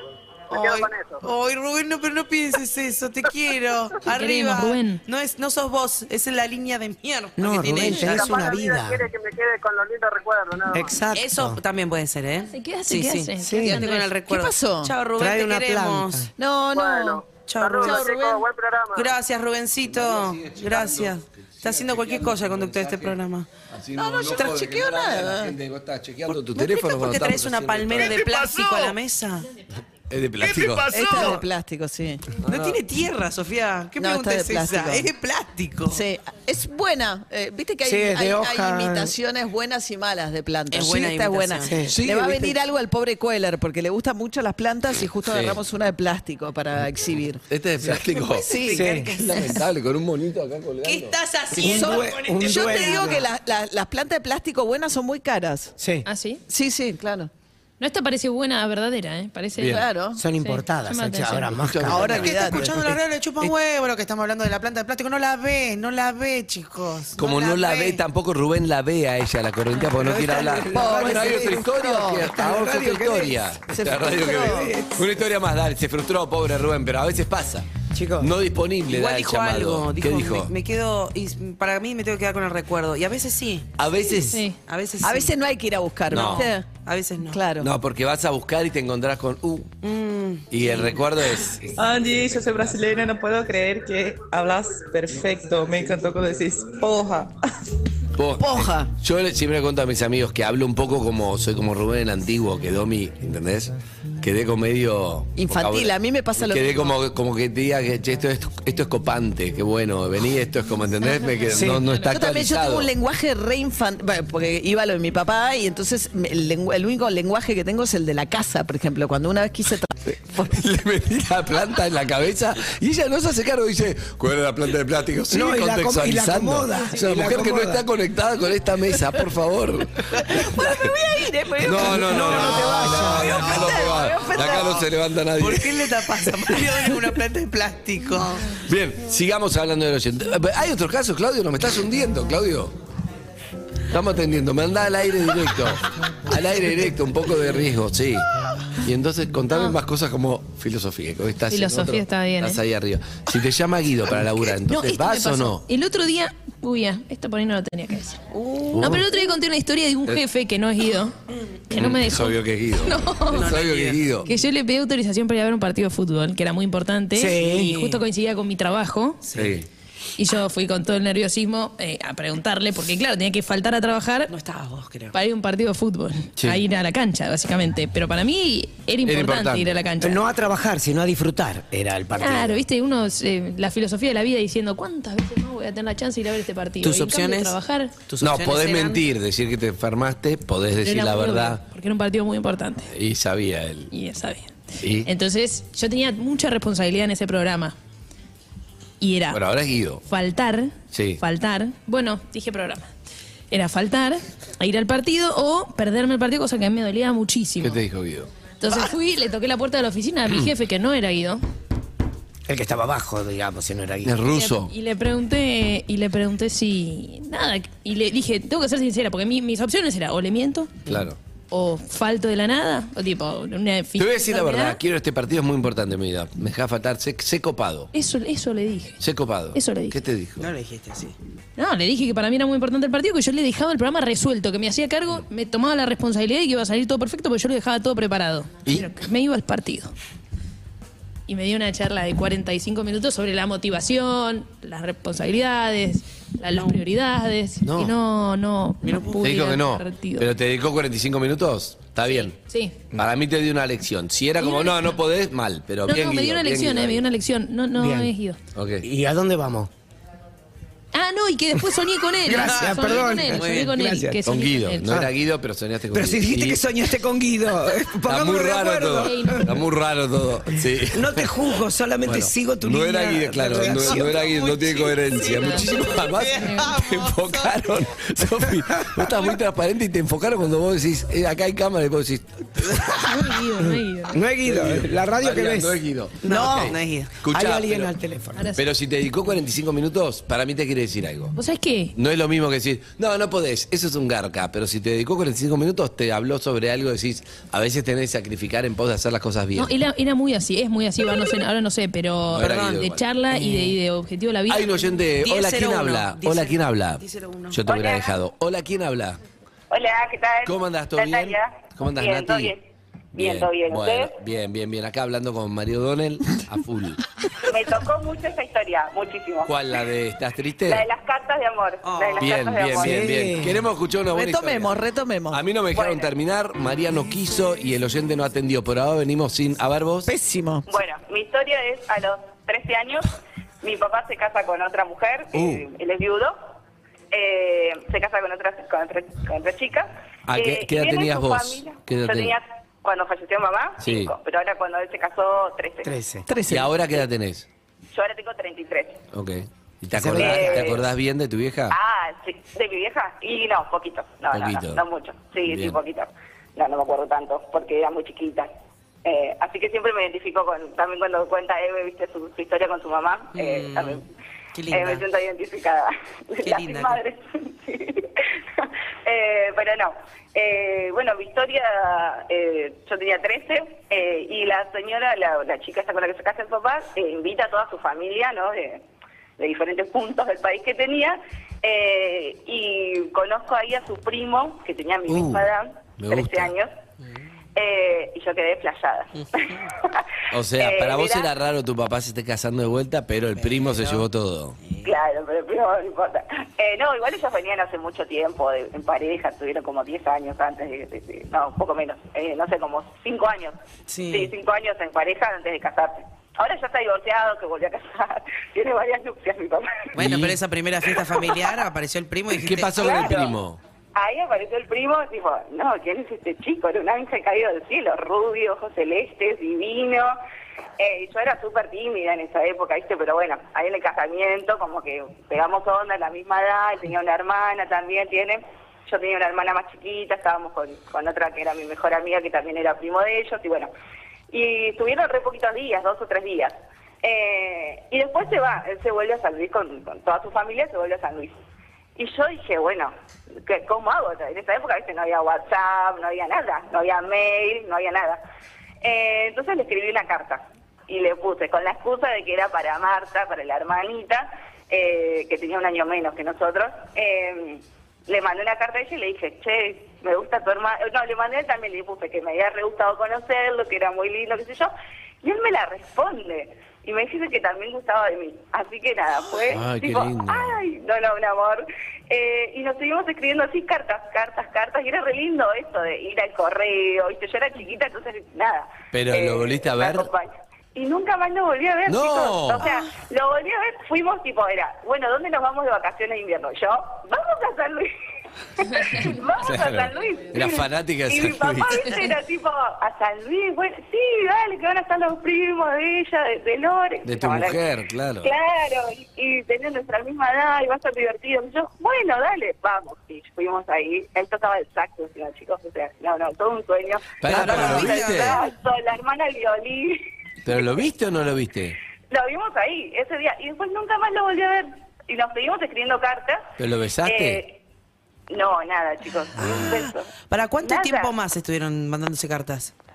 Speaker 14: Me quedo
Speaker 8: Ay,
Speaker 14: con eso.
Speaker 8: ay, Rubén, no, pero no pienses eso, te quiero. Arriba.
Speaker 10: queremos, Rubén.
Speaker 8: No es, no sos vos, esa es la línea de mierda
Speaker 9: No,
Speaker 8: que tiene
Speaker 9: Rubén,
Speaker 8: ella.
Speaker 9: tenés
Speaker 14: Capaz
Speaker 9: una
Speaker 14: la vida
Speaker 9: vida.
Speaker 14: quiere que me quede con los lindos recuerdos, nada más.
Speaker 9: Exacto.
Speaker 8: Eso también puede ser, ¿eh?
Speaker 10: ¿Qué hace?
Speaker 8: Sí,
Speaker 10: ¿Qué
Speaker 8: sí.
Speaker 10: hace?
Speaker 9: Sí.
Speaker 8: Quédate con el recuerdo.
Speaker 11: ¿Qué pasó?
Speaker 8: Chao, Rubén,
Speaker 9: Trae
Speaker 8: te
Speaker 9: una
Speaker 8: queremos.
Speaker 9: planta.
Speaker 11: No, no.
Speaker 14: Bueno,
Speaker 8: Chao,
Speaker 14: saludos,
Speaker 8: Rubén.
Speaker 14: chicos, buen programa.
Speaker 8: Gracias, Rubencito. Gracias. Está haciendo cualquier cosa el conductor de este programa.
Speaker 7: No, no, yo no chequeo nada. Vos estás chequeando tu
Speaker 8: ¿Me explicas
Speaker 7: teléfono
Speaker 8: por
Speaker 7: cuando
Speaker 8: qué traes
Speaker 7: estamos
Speaker 8: una
Speaker 7: haciendo
Speaker 8: palmera
Speaker 7: esto?
Speaker 8: de plástico a la mesa?
Speaker 7: Es de plástico.
Speaker 11: Esta es de plástico, sí.
Speaker 8: No tiene tierra, Sofía. ¿Qué
Speaker 11: No,
Speaker 8: pregunta
Speaker 11: está
Speaker 8: es
Speaker 11: de
Speaker 8: esa?
Speaker 11: plástico.
Speaker 8: Es de plástico.
Speaker 11: Sí, es buena. Eh, Viste que hay,
Speaker 8: Sí, es de
Speaker 11: hay- hay
Speaker 8: hoja.
Speaker 11: imitaciones buenas y malas de plantas.
Speaker 8: Es
Speaker 11: Sí,
Speaker 8: buena
Speaker 11: esta es buena.
Speaker 8: imitación. Sí. Sí,
Speaker 11: le va a
Speaker 8: ¿viste?
Speaker 11: venir algo al pobre Coeler porque le gustan mucho las plantas y justo
Speaker 7: Sí.
Speaker 11: agarramos una de plástico para exhibir.
Speaker 7: Este es de plástico.
Speaker 11: ¿Me Sí. puedes
Speaker 7: Es lamentable, con un monito acá colgando.
Speaker 11: ¿Qué estás
Speaker 7: haciendo Un due- con este un
Speaker 11: Yo te
Speaker 7: duende.
Speaker 11: digo que la- la- las plantas de plástico buenas son muy caras.
Speaker 9: Sí.
Speaker 10: ¿Ah, sí?
Speaker 11: Sí, sí, claro.
Speaker 10: No, esta parece buena, verdadera, ¿eh? Parece.
Speaker 9: Bien.
Speaker 11: Claro.
Speaker 9: Son
Speaker 10: Sí,
Speaker 9: importadas,
Speaker 10: llama la
Speaker 9: Sacha,
Speaker 10: atención.
Speaker 9: ahora más caras.
Speaker 11: Ahora
Speaker 8: que está
Speaker 11: olvidate.
Speaker 8: escuchando la radio le chupa un huevo lo que estamos hablando de la planta de plástico. No la ve, no la ve, chicos.
Speaker 7: Como no la ve, tampoco Rubén la ve a ella, la corriente, porque no quiere hablar.
Speaker 11: Pobre
Speaker 7: Bueno, hay otra
Speaker 11: Rubén.
Speaker 7: historia. que-
Speaker 11: Esta
Speaker 7: ah, otra
Speaker 11: radio que
Speaker 7: historia.
Speaker 11: ves. Se
Speaker 7: Esta radio que
Speaker 11: frustró.
Speaker 7: ves. Una historia más, dale. Se frustró, pobre Rubén, pero a veces pasa.
Speaker 9: Chicos.
Speaker 7: No disponible,
Speaker 8: Igual
Speaker 7: da el
Speaker 8: dijo
Speaker 7: llamado.
Speaker 8: algo. Dijo,
Speaker 7: ¿Qué dijo?
Speaker 8: Me, me quedo. Y s- para mí me tengo que quedar con el recuerdo. Y a veces sí.
Speaker 7: A veces.
Speaker 8: A veces sí.
Speaker 11: A veces no hay que ir a buscar,
Speaker 7: No.
Speaker 11: ¿viste?
Speaker 8: A veces no. Mm.
Speaker 11: Claro.
Speaker 7: No, porque vas a buscar y te encontrás con. Uh, y el recuerdo es.
Speaker 22: Angie, yo soy brasileña, no puedo creer que hablas perfecto. Me encantó cuando decís, poja.
Speaker 7: po- Yo le- siempre le cuento a mis amigos que hablo un poco como. Soy como Rubén el antiguo, quedó mi. ¿Entendés? Quedé con medio.
Speaker 11: Infantil,
Speaker 7: vocabula-
Speaker 11: a mí me pasa lo
Speaker 7: Quedé
Speaker 11: mismo.
Speaker 7: como, como que te diga que che, esto, es, esto es copante, qué bueno, vení, esto es como, ¿entendés? Me quedo- no, no está
Speaker 11: yo también yo
Speaker 7: actualizado.
Speaker 11: tengo un lenguaje re infantil, porque iba lo de mi papá y entonces me- el, lengu- el único lenguaje que tengo es el de la casa, por ejemplo, cuando una vez quise tra-
Speaker 7: Le metí la planta en la cabeza y ella no se hace cargo. Dice, ¿cuál era la planta de plástico? Sigue
Speaker 9: No, y la acom- y la
Speaker 7: contextualizando.
Speaker 9: acomoda,
Speaker 7: o sea, la
Speaker 9: y la
Speaker 7: mujer que no
Speaker 9: acomoda.
Speaker 7: está conectada con esta mesa, por favor.
Speaker 11: Bueno, me voy a ir, ¿eh? Me voy a-
Speaker 7: No, no, no, no,
Speaker 11: no te vayas.
Speaker 7: no, no, no, no, no, de acá no se levanta nadie.
Speaker 8: ¿Por qué le tapas a Mario en una planta de plástico?
Speaker 7: Bien, sigamos hablando del oyente. Eh, Hay otros casos, Claudio, nos me estás hundiendo, Claudio. Estamos atendiendo, me anda al aire directo. Al aire directo, un poco de riesgo, sí. Y entonces contame más cosas como filosofía. que hoy estás en
Speaker 10: Filosofía
Speaker 7: otro-
Speaker 10: está bien,
Speaker 7: Estás
Speaker 10: ¿eh?
Speaker 7: ahí arriba. Si te llama Guido para laburar, entonces
Speaker 10: esto me
Speaker 7: ¿vas o
Speaker 10: pasó.
Speaker 7: no?
Speaker 10: El otro día, uy, ah, esto por ahí no lo tenía que decir.
Speaker 8: Uh.
Speaker 10: No, pero el otro día conté una historia de un
Speaker 7: Eh.
Speaker 10: jefe que no es Guido, que no me
Speaker 7: Mm,
Speaker 10: dejó.
Speaker 7: Es obvio que es Guido.
Speaker 10: No.
Speaker 7: Es obvio que es Guido.
Speaker 10: Que yo le pedí autorización para ir a ver un partido de fútbol, que era muy importante.
Speaker 7: Sí.
Speaker 10: Y justo coincidía con mi trabajo.
Speaker 7: Sí.
Speaker 10: Y yo fui con todo el nerviosismo eh, a preguntarle, porque claro, tenía que faltar a trabajar. No
Speaker 8: estabas vos, creo.
Speaker 10: Para ir a un partido de fútbol.
Speaker 9: Sí.
Speaker 10: A ir a la cancha, básicamente. Pero para mí era importante, ir a la cancha.
Speaker 9: Eh, No a trabajar, sino a disfrutar. Era el partido.
Speaker 10: Claro, viste, uno, eh, la filosofía de la vida diciendo, ¿cuántas veces más voy a tener la chance de ir a ver este partido?
Speaker 7: Tus
Speaker 10: Y en cambio,
Speaker 7: opciones-
Speaker 10: trabajar.
Speaker 7: No, podés mentir, decir que te enfermaste, podés decir
Speaker 10: Era
Speaker 7: la
Speaker 10: muy
Speaker 7: verdad.
Speaker 10: obvio, Porque era un partido muy importante.
Speaker 7: Y sabía él.
Speaker 10: Y él sabía.
Speaker 7: Y-
Speaker 10: Entonces, yo tenía mucha responsabilidad en ese programa. Y era
Speaker 7: Bueno, ahora es Guido.
Speaker 10: faltar,
Speaker 7: Sí.
Speaker 10: faltar. Bueno, dije programa. Era faltar a ir al partido o perderme el partido, cosa que a mí me dolía muchísimo.
Speaker 7: ¿Qué te dijo Guido?
Speaker 10: Entonces fui, le toqué la puerta de la oficina a mi jefe, que no era Guido.
Speaker 9: El que estaba abajo, digamos, si no era Guido.
Speaker 7: Es ruso.
Speaker 10: Y le pregunté, y le pregunté si. Nada. Y le dije, tengo que ser sincera, porque mi- mis opciones eran o le miento,
Speaker 7: Claro.
Speaker 10: o falto de la nada, o tipo, una
Speaker 7: Te voy a decir la verdad, quiero este partido, es muy importante en mi vida. Me deja faltar, sé, sé copado.
Speaker 10: Eso, eso le dije.
Speaker 7: Sé copado.
Speaker 10: Eso le dije.
Speaker 7: ¿Qué te dijo?
Speaker 8: No le dijiste así.
Speaker 10: No, le dije que para mí era muy importante el partido, que yo le dejaba el programa resuelto, que me hacía cargo, me tomaba la responsabilidad y que iba a salir todo perfecto, porque yo lo dejaba todo preparado. Pero que me iba al partido. Y me dio una charla de 45 minutos sobre la motivación, las responsabilidades, la- las prioridades.
Speaker 7: No.
Speaker 10: Y no, no. no pude
Speaker 7: Te dijo
Speaker 10: ir
Speaker 7: que
Speaker 10: al
Speaker 7: no.
Speaker 10: partido.
Speaker 7: Pero te dedicó 45 minutos. Está bien.
Speaker 10: Sí.
Speaker 7: Para mí te dio una lección. Si era como, no, no podés, mal. Pero
Speaker 10: No,
Speaker 7: bien,
Speaker 10: no, me dio
Speaker 7: Guido,
Speaker 10: una
Speaker 7: bien,
Speaker 10: lección,
Speaker 7: Guido,
Speaker 10: eh, me dio una lección. No, no
Speaker 7: Bien.
Speaker 10: es Guido.
Speaker 7: Ok.
Speaker 9: ¿Y a dónde vamos?
Speaker 10: Ah, no, y que después soñé con él.
Speaker 9: Gracias,
Speaker 10: Soñé
Speaker 9: perdón.
Speaker 10: Con él,
Speaker 9: Muy
Speaker 10: soñé
Speaker 9: bien,
Speaker 10: con él.
Speaker 9: gracias.
Speaker 10: que
Speaker 7: Con
Speaker 10: soñé
Speaker 7: Guido.
Speaker 10: él.
Speaker 7: No era Guido, pero soñaste con
Speaker 9: Pero
Speaker 7: Guido.
Speaker 9: si dijiste
Speaker 7: Y
Speaker 9: que soñaste con Guido. eh,
Speaker 7: Está muy
Speaker 9: pongámonos de
Speaker 7: raro
Speaker 9: acuerdo.
Speaker 7: todo. Está muy raro todo. Sí.
Speaker 9: No te juzgo, solamente
Speaker 7: Bueno,
Speaker 9: sigo tu
Speaker 7: No
Speaker 9: línea
Speaker 7: era Guido,
Speaker 9: de
Speaker 7: claro. No,
Speaker 9: relación.
Speaker 7: no era Guido, no tiene coherencia. Muchísimo más. Te enfocaron. Sofi, vos estás muy transparente y te enfocaron cuando vos decís, eh, acá hay cámara y vos decís,
Speaker 9: No es Guido, eh, la radio que
Speaker 7: Mariano,
Speaker 9: ves.
Speaker 7: No es Guido.
Speaker 9: No,
Speaker 7: Ok.
Speaker 9: no es Guido.
Speaker 7: Escuchá,
Speaker 9: Hay alguien
Speaker 7: pero-
Speaker 9: al teléfono.
Speaker 10: Ahora sí.
Speaker 7: Pero si te dedicó 45 minutos, para mí te quiere decir algo.
Speaker 10: ¿Vos sabés qué?
Speaker 7: No es lo mismo que decir, no, no podés, eso es un garca. Pero si te dedicó 45 minutos, te habló sobre algo, decís, a veces tenés que sacrificar en pos de hacer las cosas bien.
Speaker 10: No, era, era muy así, es muy así, va, no sé, ahora no sé, pero
Speaker 7: No era Guido
Speaker 10: de
Speaker 7: igual.
Speaker 10: charla y de, y de objetivo de la vida.
Speaker 7: Hay un oyente, hola, ¿quién
Speaker 10: 1001,
Speaker 7: habla?
Speaker 10: dice-
Speaker 7: hola, ¿quién habla? Yo te hubiera dejado. Hola, ¿quién habla?
Speaker 23: Hola, ¿qué tal?
Speaker 7: ¿Cómo andás? ¿Todo bien?
Speaker 23: Natalia.
Speaker 7: ¿Cómo andás,
Speaker 23: Bien,
Speaker 7: Nati?
Speaker 23: todo bien.
Speaker 8: Bien, todo bien.
Speaker 7: Bueno,
Speaker 8: ¿Ustedes?
Speaker 7: bien, bien, bien. Acá hablando con Mario Donel a full.
Speaker 8: Me tocó mucho esa historia, muchísimo.
Speaker 7: ¿Cuál la de estás triste?
Speaker 8: La de las cartas de amor. la de las
Speaker 7: Bien,
Speaker 8: cartas de
Speaker 7: bien,
Speaker 8: amor.
Speaker 7: bien, bien. Queremos escuchar una buena
Speaker 24: Retomemos,
Speaker 7: retomemos. A mí no me dejaron terminar, María no quiso y el oyente no atendió, pero ahora venimos sin... A ver vos.
Speaker 24: Pésimo.
Speaker 8: Bueno, mi historia es a los 13 años, mi papá se casa con otra mujer,
Speaker 7: Uh.
Speaker 8: eh, él es viudo, eh, se casa con otra, con otra, con otra chica.
Speaker 7: Ah,
Speaker 8: Eh,
Speaker 7: ¿qué- qué edad
Speaker 8: tiene
Speaker 7: tenías
Speaker 8: su
Speaker 7: vos?
Speaker 8: familia-
Speaker 7: ¿Qué edad
Speaker 8: Yo
Speaker 7: tenías?
Speaker 8: tenía, cuando falleció mamá,
Speaker 7: Sí.
Speaker 8: 5, pero ahora cuando él se casó, 13.
Speaker 7: 13. ¿Y ahora qué edad tenés?
Speaker 8: Yo ahora tengo 33.
Speaker 7: Ok. ¿Y te
Speaker 8: Se
Speaker 7: acordás,
Speaker 8: ve-
Speaker 7: te acordás bien de tu vieja?
Speaker 8: Ah, sí, ¿de mi vieja? Y no, poquito. No, no,
Speaker 7: Poquito.
Speaker 8: no, no mucho. Sí, sí,
Speaker 7: Bien.
Speaker 8: poquito. No, no me acuerdo tanto, porque era muy chiquita. Eh, así que siempre me identifico con, también cuando cuenta Eve, viste, su, su historia con su mamá. eh,
Speaker 10: Mm,
Speaker 8: también
Speaker 10: qué
Speaker 8: eh,
Speaker 10: linda.
Speaker 8: me siento identificada.
Speaker 10: Qué
Speaker 8: Las
Speaker 10: linda.
Speaker 8: madres. sí. Eh, pero no. Eh, bueno, Victoria, eh, yo tenía 13 eh, y la señora, la, la chica esta con la que se casa el papá, eh, invita a toda su familia, ¿no? De, de diferentes puntos del país que tenía eh, y conozco ahí a su primo, que tenía mi
Speaker 25: Uh,
Speaker 8: misma edad,
Speaker 7: me
Speaker 8: 13
Speaker 7: gusta.
Speaker 8: años, eh, y yo quedé flayada.
Speaker 7: O sea,
Speaker 8: Eh,
Speaker 7: para vos
Speaker 8: mirá.
Speaker 7: era raro tu papá se esté casando de vuelta, pero el primo se llevó todo.
Speaker 8: Claro, pero primero no importa. Eh, no, igual ellos venían hace mucho tiempo de- en pareja, tuvieron como 10 años antes, de, de- de- no, un poco menos, eh, no sé, como 5 años.
Speaker 25: Sí.
Speaker 8: 5 años en pareja antes de casarse. Ahora ya está divorciado, que volvió a casar, tiene varias nupcias mi papá.
Speaker 9: Bueno, pero esa primera fiesta familiar apareció el primo y dijiste,
Speaker 8: ¿Qué pasó con el Claro. primo? Ahí apareció el primo, tipo, no, ¿quién es este chico? Era un ángel caído del cielo, rubio, ojos celestes, divino. Eh, yo era súper tímida en esa época, ¿viste? Pero bueno, ahí en el casamiento, como que pegamos onda en la misma edad, él tenía una hermana también, tiene. Yo tenía una hermana más chiquita, estábamos con, con otra que era mi mejor amiga, que también era primo de ellos, y bueno. Y estuvieron re poquitos días, dos o tres días. Eh, y después se va, él se vuelve a San Luis con, con toda su familia, se vuelve a San Luis. Y yo dije, bueno, ¿qué- ¿cómo hago? En esa época ¿viste? no había WhatsApp, no había nada, no había mail, no había nada. Eh, entonces le escribí una carta y le puse, con la excusa de que era para Marta, para la hermanita, eh, que tenía un año menos que nosotros, eh, le mandé una carta a ella y le dije, che, me gusta tu hermana. No, le mandé también, le puse que me había re gustado conocerlo, que era muy lindo, qué sé yo. Y él me la responde. Y me dice que también gustaba de mí. Así que nada, fue
Speaker 25: Ay, qué
Speaker 8: tipo,
Speaker 25: lindo.
Speaker 8: ay, no, no, un amor. Eh, y nos seguimos escribiendo así cartas, cartas, cartas. Y era re lindo esto de ir al correo, ¿viste? Yo era chiquita, entonces nada.
Speaker 7: Pero
Speaker 8: Eh,
Speaker 7: lo volviste a
Speaker 8: me
Speaker 7: ver.
Speaker 8: acompaña. Y nunca más lo volví a ver,
Speaker 7: ¡No!
Speaker 8: chicos. O sea, lo volví a ver, fuimos tipo, era, bueno, ¿dónde nos vamos de vacaciones de invierno? Yo, vamos a San Luis. vamos
Speaker 7: Claro.
Speaker 8: a San Luis.
Speaker 7: Era fanática de
Speaker 8: Y
Speaker 7: San
Speaker 8: mi papá,
Speaker 7: Luis.
Speaker 8: viste, era tipo, a San Luis, bueno, sí, dale, que van a estar los primos de ella, de, de Lore.
Speaker 7: De tu
Speaker 8: No, dale.
Speaker 7: mujer, claro.
Speaker 8: Claro, y, y tenían nuestra misma edad y va a ser divertido. Y yo, bueno, dale, vamos. Y fuimos ahí. Él tocaba el saxo, encima, chicos. O sea, no, no, todo un sueño.
Speaker 7: Pará,
Speaker 8: La
Speaker 7: pero lo
Speaker 8: hermana
Speaker 7: viste.
Speaker 8: del saxo, La hermana al violín.
Speaker 7: ¿Pero lo viste o no lo viste?
Speaker 8: Lo vimos ahí, ese día. Y después nunca más lo volví a ver. Y nos seguimos escribiendo cartas.
Speaker 7: ¿Pero lo besaste? Ah.
Speaker 8: Eh, no, nada, chicos. ni un beso.
Speaker 9: ¿Para cuánto
Speaker 8: Nada.
Speaker 9: tiempo más estuvieron mandándose cartas? Ah.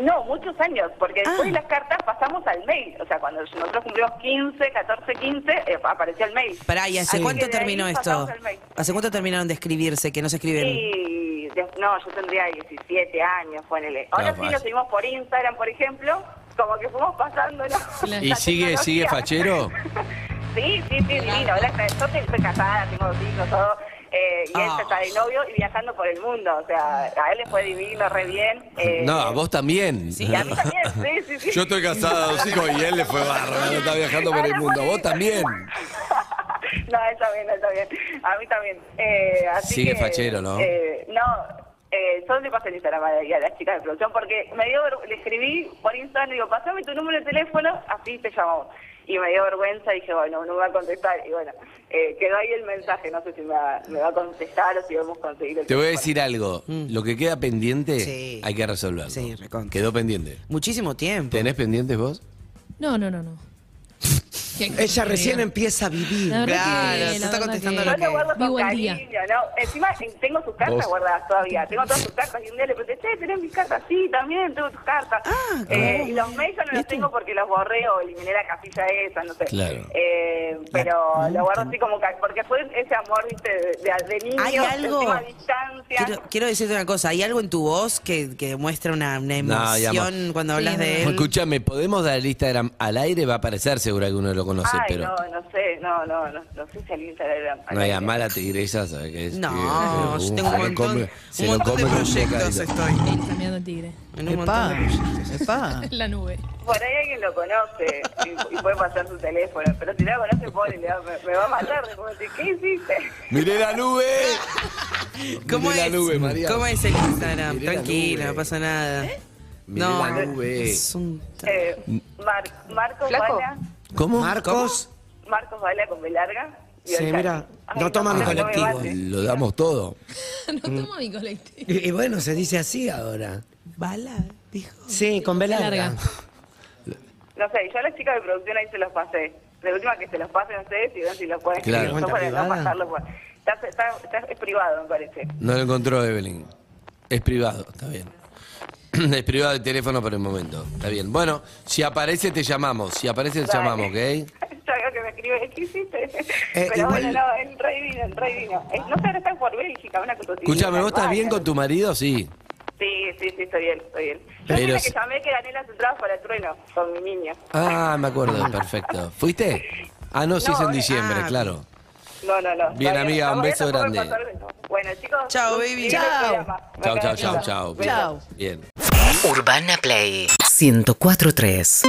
Speaker 8: No, muchos años, porque después de las cartas pasamos al mail. O sea, cuando nosotros cumplimos 15, 14, 15, eh, apareció el mail.
Speaker 9: Pará, ¿y hace
Speaker 8: Así
Speaker 9: cuánto
Speaker 8: que de ahí
Speaker 9: terminó esto?
Speaker 8: pasamos al mail.
Speaker 9: ¿Hace cuánto terminaron de escribirse, que no se escriben?
Speaker 8: Y de- no, yo tendría 17 años, ponele. Ahora
Speaker 9: Claro,
Speaker 8: sí
Speaker 9: fácil.
Speaker 8: lo seguimos por Instagram, por ejemplo, como que fuimos pasando.
Speaker 7: ¿Y sigue, sigue fachero?
Speaker 8: Sí, sí, sí, divino. Ahora está, yo estoy estoy casada, tengo dos hijos, todo. Eh, y él
Speaker 7: Ah.
Speaker 8: está de novio y viajando por el mundo. O sea, a él le fue divino, re bien. Eh,
Speaker 7: No, a vos también.
Speaker 8: Y a mí también, sí, sí, sí.
Speaker 7: Yo estoy casada, dos hijos, y él le fue bárbaro, está viajando por el mundo. Vos también.
Speaker 8: No, está bien, está bien. A mí también. Eh, así
Speaker 7: Sigue
Speaker 8: que,
Speaker 7: fachero, ¿no?
Speaker 8: eh, no, eh, yo le pasé el Instagram a, y a las chicas de producción porque me dio, ver- le escribí por Instagram y digo, pasame tu número de teléfono, así te llamamos. Y me dio vergüenza y dije, bueno, no me va a contestar. Y bueno, eh, quedó ahí el mensaje, no sé si me va, me va a contestar o si vamos a conseguir el
Speaker 7: Te voy a
Speaker 8: teléfono.
Speaker 7: decir algo. Lo que queda pendiente
Speaker 9: Sí.
Speaker 7: hay que resolverlo. Sí, Quedó pendiente.
Speaker 9: Muchísimo tiempo.
Speaker 7: ¿Tenés pendientes vos?
Speaker 26: No, no, no, no.
Speaker 9: Ella recién empieza a vivir.
Speaker 10: La verdad Claro, que- se la está verdad contestando que- lo
Speaker 8: Yo
Speaker 10: que-
Speaker 8: lo guardo
Speaker 10: Vivo
Speaker 8: con
Speaker 10: el día.
Speaker 8: cariño, ¿no? Encima eh, tengo sus cartas
Speaker 10: Vos-
Speaker 8: guardadas todavía. Tengo todas sus cartas. Y un día le pregunté, che, ¿tenés mis cartas? Sí, también tengo tus cartas.
Speaker 27: Ah,
Speaker 8: Eh, y los mails yo no
Speaker 10: Este
Speaker 8: los tengo porque los borré o eliminé la casilla esa, no sé.
Speaker 7: Claro.
Speaker 8: Eh, pero lo guardo así como... ca- Porque fue ese amor, viste, de, de, de niños,
Speaker 27: Hay algo-
Speaker 8: encima a distancia.
Speaker 27: Quiero, quiero decirte una cosa, hay algo en tu voz que, que demuestra una, una
Speaker 7: No, y amor.
Speaker 27: emoción cuando hablas de él.
Speaker 7: Escúchame, ¿podemos dar el Instagram al aire? Va a aparecer, seguro alguno lo conoce,
Speaker 8: Ay,
Speaker 7: pero.
Speaker 8: no, no sé, no, no, no, no sé si alguien se la...
Speaker 7: No, hay mala tigresa, ¿sabes qué es?
Speaker 8: No,
Speaker 7: Que-
Speaker 8: yo
Speaker 7: que-
Speaker 8: tengo un
Speaker 7: se lo
Speaker 8: montón-
Speaker 7: come-
Speaker 8: un
Speaker 7: se lo
Speaker 8: montón de
Speaker 7: come con boca
Speaker 8: proyectos eh.
Speaker 7: y-
Speaker 27: estoy.
Speaker 10: Cambiando el tigre.
Speaker 27: En un montón de proyectos.
Speaker 10: La nube.
Speaker 8: Por ahí alguien lo conoce y, y puede pasar su teléfono, pero si no lo conoce, pobre, le va- me, me va a matar. después me dice, ¿Qué hiciste?
Speaker 7: ¡Miré la nube!
Speaker 27: ¿Cómo
Speaker 7: Miré
Speaker 27: es?
Speaker 7: la nube, María.
Speaker 27: ¿Cómo es el Instagram?
Speaker 7: Miré la
Speaker 27: Tranquila,
Speaker 7: nube.
Speaker 27: no pasa nada.
Speaker 7: Miré
Speaker 27: no,
Speaker 7: la nube.
Speaker 27: es un-
Speaker 8: Eh, Mar- Marcos Bala,
Speaker 7: ¿Cómo?
Speaker 9: Marcos.
Speaker 8: Marcos Bala con B larga. y
Speaker 9: Sí,
Speaker 8: Alcántara.
Speaker 9: mira,
Speaker 8: Ay,
Speaker 9: no toman
Speaker 8: no me
Speaker 9: colectivo.
Speaker 8: bate.
Speaker 7: Lo damos todo.
Speaker 10: No
Speaker 27: Mm.
Speaker 10: tomo mi colectivo.
Speaker 9: Y, y bueno, se dice así ahora.
Speaker 27: ¿Bala? Dijo.
Speaker 9: Sí, con velarga.
Speaker 8: No sé, yo a las chicas de producción ahí se los pasé. De última que se los pasen a ustedes y vean si los pueden
Speaker 7: Claro.
Speaker 8: escribir. Yo
Speaker 7: ¿Cuenta
Speaker 8: para no
Speaker 7: privada?
Speaker 8: pasarlo por... Está, está, está- es privado, me parece.
Speaker 7: No lo encontró Evelyn. Es privado, está bien. Es privado el teléfono por el momento. Está bien. Bueno, si aparece te llamamos. Si aparece te
Speaker 8: Dale.
Speaker 7: llamamos, ¿ok?
Speaker 8: Yo creo que me escribe, ¿qué hiciste?
Speaker 7: Eh,
Speaker 8: pero
Speaker 7: igual-
Speaker 8: bueno, no, el rey vino, el rey vino. Eh, No sé, ahora está por Bélgica, una cosa así.
Speaker 7: Escúchame, ¿vos estás bien con tu marido? Sí.
Speaker 8: Sí, sí, sí, estoy bien, estoy bien. Yo
Speaker 7: Pero
Speaker 8: fui la que
Speaker 7: si-
Speaker 8: llamé que gané las entradas para el trueno con mi niña.
Speaker 7: Ah, me acuerdo, perfecto. ¿Fuiste? Ah, no, sí es
Speaker 8: No,
Speaker 7: en diciembre,
Speaker 8: ah.
Speaker 7: claro.
Speaker 8: No, no, no.
Speaker 7: Bien,
Speaker 8: Todavía
Speaker 7: amiga,
Speaker 8: no,
Speaker 7: un beso
Speaker 8: todavía no puedo
Speaker 7: grande.
Speaker 8: pasar- Bueno, chicos.
Speaker 27: Chao, baby.
Speaker 8: sigan el
Speaker 27: Chao.
Speaker 8: programa.
Speaker 7: Chao,
Speaker 8: Me
Speaker 7: chao,
Speaker 8: encanta.
Speaker 7: chao, chao.
Speaker 8: Besos.
Speaker 7: Bien.
Speaker 1: Urbana Play 104.3